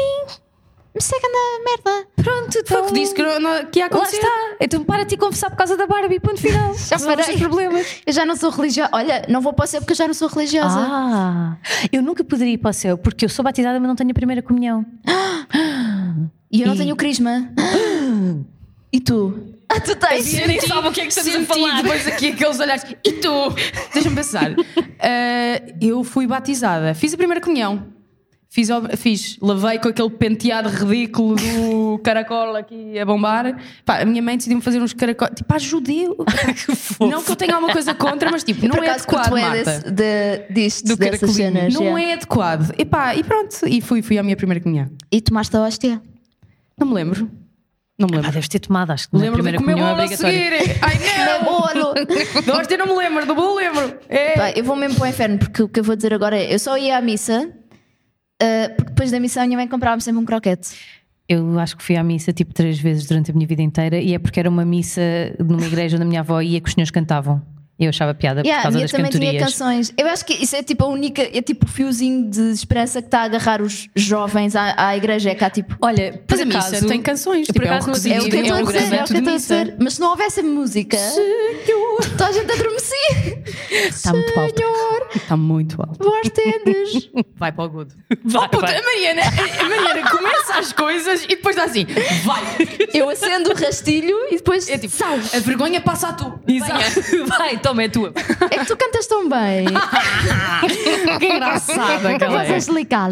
C: Me segue na merda.
B: pronto, então,
A: Foi o que disse que, não- não- que ia
B: lá
A: acontecer.
B: está. Então para de te confessar por causa da Barbie, ponto final. Já
C: parei.
B: os problemas.
C: Eu já não sou religiosa. Olha, não vou para o céu porque eu já não sou religiosa.
B: Ah, eu nunca poderia ir para o céu, porque eu sou batizada, mas não tenho a primeira comunhão.
C: e eu não
B: e-
C: tenho crisma. *gasps* e tu? Ah, tu tens?
A: Eu nem sabe o que é que estamos a falar. Depois aqui aqueles olhares. E tu? Deixa-me pensar. Eh, eu fui batizada. Fiz a primeira comunhão. Fiz, ob- fiz, lavei com aquele penteado ridículo *laughs* do caracol aqui a bombar. Pá, a minha mãe decidiu-me fazer uns caracol. Tipo, ah, judeu. não *laughs* que eu tenha alguma coisa contra, mas tipo, não
C: Por
A: é
C: acaso que
A: adequado,
C: tu é
A: Marta.
C: desse, de, disto,
B: Do
C: dessas
B: caracolinho.
C: cenas.
A: Não
C: yeah.
A: é adequado. E pá, e pronto. E fui, fui à minha primeira comunhão.
C: E tomaste a hóstia.
A: Não me lembro. Não me
B: Pá,
A: lembro.
B: Ah, deves ter tomado, acho que na
A: lembro
B: primeira
A: de comer
B: comunhão é
A: bolo a
B: obrigatória.
A: seguir. Ai
C: É
A: não!
C: *laughs* bolo.
A: Da hóstia não me lembro, do bolo lembro. É.
C: Pá, eu vou mesmo para o inferno, porque o que eu vou dizer agora é: eu só ia à missa, ah, porque depois da missa a minha mãe comprava-me sempre um croquete.
B: Eu acho que fui à missa tipo três vezes durante a minha vida inteira e é porque era uma missa numa igreja onde a minha avó ia que é os senhores cantavam. Eu achava piada por
C: Yeah, a
B: causa
C: minha
B: das
C: também
B: cantorias.
C: tinha canções. Eu acho que isso é tipo a única, é tipo o fiozinho de esperança que está a agarrar os jovens à, à igreja. É cá tipo.
B: Olha, por
A: Mas a missa
B: acaso,
A: tem canções.
B: eu
A: tipo,
B: por acaso
A: é um
B: não sabia
C: É o que eu
A: requisito, é um
C: estou a dizer, é o
A: regramento
C: que eu
A: de
C: estou a
A: missa.
C: dizer. Mas se não houvesse a música, toda a gente adormecia.
B: Está muito alto.
A: Está tá muito alto.
C: Vós
A: *laughs*
C: tendes.
A: Vai para o good.
B: Vai,
A: Oh, puta,
B: vai.
A: A, Mariana, a Mariana começa as coisas e depois dá assim, vai.
C: Eu acendo o rastilho e depois.
A: É tipo, a vergonha passa a tu.
B: Exato. *laughs* Vai, toma, é tua.
C: É que tu cantas
A: *laughs*
C: tão bem.
A: Que engraçada que
C: A
A: ela
C: voz
A: Ah, é.
C: angelical.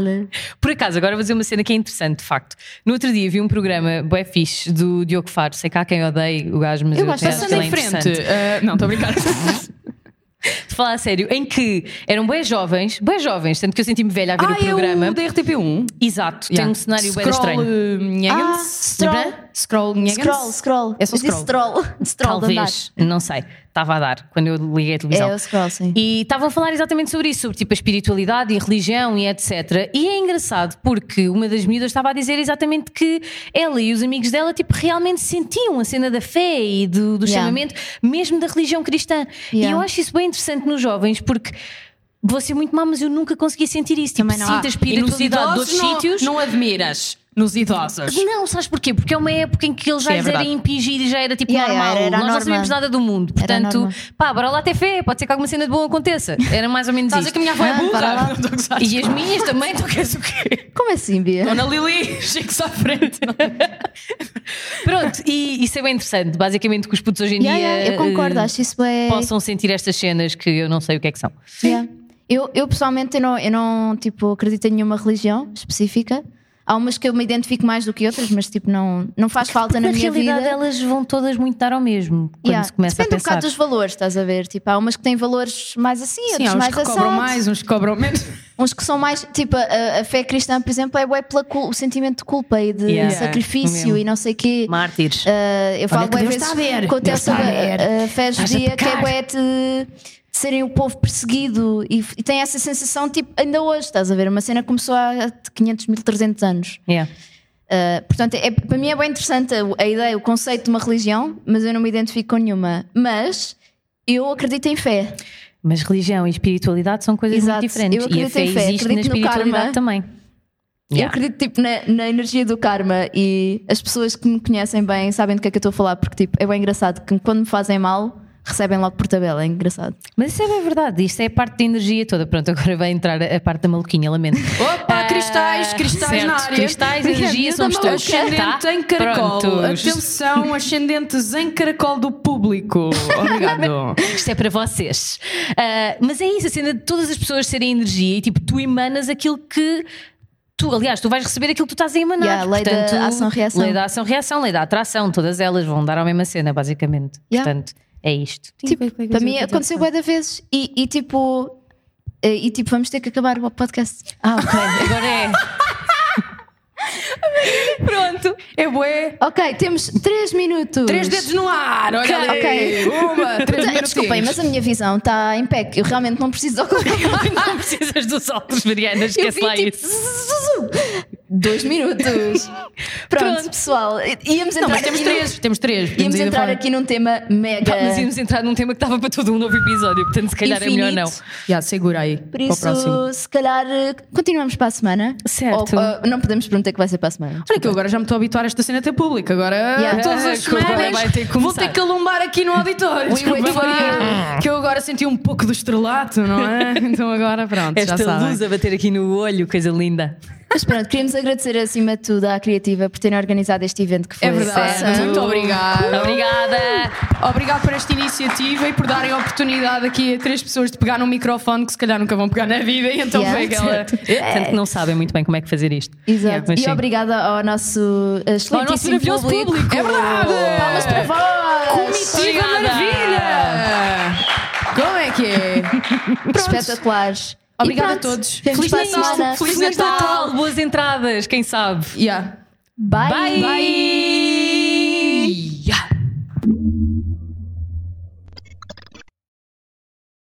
B: Por acaso, agora vou dizer uma cena que é interessante, de facto. No outro dia vi um programa bué fixe do Diogo Faro. Sei cá quem odeia o gajo, mas eu,
C: Eu gosto.
B: até acho que
A: Passando
B: ele é
A: em frente.
B: interessante.
A: eh, não, estou a brincar. Uhum.
B: De falar a sério, em que eram bué jovens, bué jovens, tanto que eu senti-me velha a ver
A: ah,
B: o
A: é
B: programa.
A: o da RTP1.
B: Exato, tem um cenário bué estranho.
A: É
C: Ah,
A: hum, Scroll.
C: scroll.
A: Scroll. Nhegans?
C: Scroll, scroll.
A: É só
C: Eu disse scroll. Scroll de andar.
B: Talvez, não sei, estava a dar quando eu liguei a televisão.
C: É o scroll, sim.
B: E estavam a falar exatamente sobre isso, sobre tipo a espiritualidade e a religião e etc. E é engraçado porque uma das miúdas estava a dizer exatamente que ela e os amigos dela tipo realmente sentiam a cena da fé e do, do
C: Yeah.
B: chamamento, mesmo da religião cristã. E
C: Yeah.
B: eu acho isso bem interessante nos jovens porque vou ser muito má, mas eu nunca consegui sentir isso. Tipo,
C: Também não.
B: sinto a
C: Ah,
A: E nos
B: espiritualidade de
A: idosos
B: outros
A: não,
B: sítios.
A: não admiras. Nos idosos.
B: Não, sabes porquê? Porque é uma época em que eles já
A: Sim, é
B: lhes era
A: verdade.
B: impingido e já era tipo
C: Yeah, yeah,
B: normal.
C: era- era
B: Nós não
C: normal.
B: sabíamos nada do mundo.
C: Era
B: Portanto,
C: normal.
B: pá, bora lá ter fé. Pode ser que alguma cena de bom aconteça. Era mais ou menos
A: Estás a
B: isso.
A: dizer que a minha avó é
C: Ah, para lá.
A: burra. Não estou a gozar.
B: E as minhas também, tu queres o quê?
C: Como assim, Bia?
A: Dona Lili, chega-se à frente.
B: *laughs* Pronto, e isso é bem interessante. Basicamente, que os putos hoje em
C: Yeah,
B: dia
C: yeah, eu concordo,
B: eh,
C: acho isso é.
B: possam sentir estas cenas que eu não sei o que é que são.
C: Yeah. Eu, eu pessoalmente eu não, eu não tipo, acredito em nenhuma religião específica. Há umas que eu me identifico mais do que outras, mas tipo, não, não faz falta na,
B: Na,
C: minha
B: realidade,
A: é
C: vida.
B: elas vão todas muito dar ao mesmo quando
C: Yeah.
B: se começa
C: Depende
B: a
C: um bocado
B: pensar.
C: dos valores, estás a ver? Tipo, há umas que têm valores mais assim,
A: Sim,
C: outros
A: há uns
C: mais
A: que cobram
C: assados.
A: mais, uns que cobram menos.
C: Uns que são mais, tipo, a, a fé cristã, por exemplo, é bué pela cul- o sentimento de culpa e de
B: Yeah.
C: sacrifício
B: Mesmo.
C: e não sei quê.
B: Mártires.
C: Ah, eu falo
A: que
C: bué
A: Deus
C: vezes
A: está a ver,
C: com o
A: Deus
C: texto
A: está a ver.
C: da fé
A: Estás a
C: judia que é
A: pecar.
C: bué de, de serem o povo perseguido e, e tem essa sensação, tipo, ainda hoje, estás a ver? Uma cena que começou há 500 mil, 300 anos.
B: Yeah.
C: Uh, portanto, é- para mim é bem interessante a, a ideia, o conceito de uma religião, mas eu não me identifico com nenhuma. Mas eu acredito em fé.
B: Mas religião e espiritualidade são coisas
C: Exato.
B: muito diferentes.
C: Eu
B: E a
C: acredito
B: fé
C: em fé,
B: existe na
C: acredito no
B: espiritualidade
C: karma.
B: também.
C: Eu
B: Yeah.
C: acredito tipo, na, na energia do karma e as pessoas que me conhecem bem sabem do que é que eu estou a falar, porque tipo, é bem engraçado que quando me fazem mal, recebem logo por tabela. É engraçado.
B: Mas isso é bem verdade, isto é a parte da energia toda. Pronto, agora vai entrar a a parte da maluquinha, *laughs* lamento.
A: Opa, cristais, cristais
B: É, certo,
A: na área.
B: cristais, energia, somos todos.
A: Ascendente
B: Tá?
A: em caracol.
B: Prontos.
A: Atenção, ascendentes em caracol do público.
B: *laughs*
A: Obrigado.
B: Isto é para vocês. Ah, mas é isso, a cena de todas as pessoas serem energia e tipo, tu emanas aquilo que. Tu, aliás, tu vais receber aquilo que tu estás a emanar.
C: Yeah, lei da
B: Portanto,
C: ação-reação.
B: Lei da ação-reação, lei da atração, todas elas vão dar à mesma cena, basicamente.
C: Yeah.
B: Portanto, é isto.
C: Tipo, para mim aconteceu bué de vezes e, e, tipo. E tipo, vamos ter que acabar o podcast.
B: Ah, ok, *laughs* agora é. Pronto.
A: É bué.
C: Ok, temos 3 minutos.
A: Três dedos no ar. Olha ali.
C: Ok.
A: Uma,
B: Então,
A: três
C: Tá,
A: minutinhos.
C: Desculpem, mas a minha visão está em pé. que Eu realmente não preciso de
A: *laughs*
C: óculos.
B: Não precisas dos outros, Mariana,
A: É
B: esquece lá isso.
C: tipo, *laughs*
A: *laughs*
C: Dois minutos. Pronto,
B: Pronto.
C: pessoal. i- Íamos entrar,
A: Não, mas temos
C: aqui, num-
A: três. Temos três.
C: Tá, íamos
A: Podemos ir
C: entrar
A: embora.
C: aqui num tema mega.
B: Pá, mas íamos entrar num tema que estava para todo um novo episódio, portanto, se calhar é melhor
C: Infinito.
B: não.
A: Já, segura aí.
C: Por
A: Para o próximo.
C: isso, se calhar, eh, continuamos para a semana.
B: Certo.
C: Ou, ou não podemos perguntar que vai ser para a semana.
A: Olha que eu agora já me estou a habituar a esta cena ter público. Agora,
C: Yeah.
A: todas as
B: Ah, que agora
A: semanas,
B: vai ter que
A: vou
B: começar.
A: ter que alumbar aqui no auditório.
C: We wait
A: Desculpa,
C: for you.
A: lá, que eu agora senti um pouco do estrelato, não
B: *laughs*
A: é? Então agora, pronto,
B: Esta
A: já sabem.
B: luz a bater aqui no olho, coisa linda.
C: Mas pronto, queríamos agradecer acima de tudo à Criativa por terem organizado este evento que foi
A: É verdade.
C: awesome.
A: Muito obrigada.
B: Obrigada!
A: Obrigado por esta iniciativa e por darem a oportunidade aqui a três pessoas de pegar num microfone que se calhar nunca vão pegar na vida. E então
C: Yeah.
A: foi aquela.
B: Tanto que não sabem muito bem como é que fazer isto.
C: Exato.
B: Mas
C: e
B: sim.
C: obrigada ao nosso uh, excelentíssimo
B: Ao nosso maravilhoso público.
A: É verdade!
C: Palmas para vós!
A: Comitiva
B: Obrigada.
A: Maravilha! Como é que é?
C: Espetaculares.
A: Obrigada
C: E pronto,
A: a todos.
C: vemos
A: Feliz
C: para a
A: Natal.
C: semana.
A: Feliz
B: Feliz Natal!
A: Natal.
B: Boas entradas, quem sabe?
A: Yeah.
C: Bye.
B: Bye.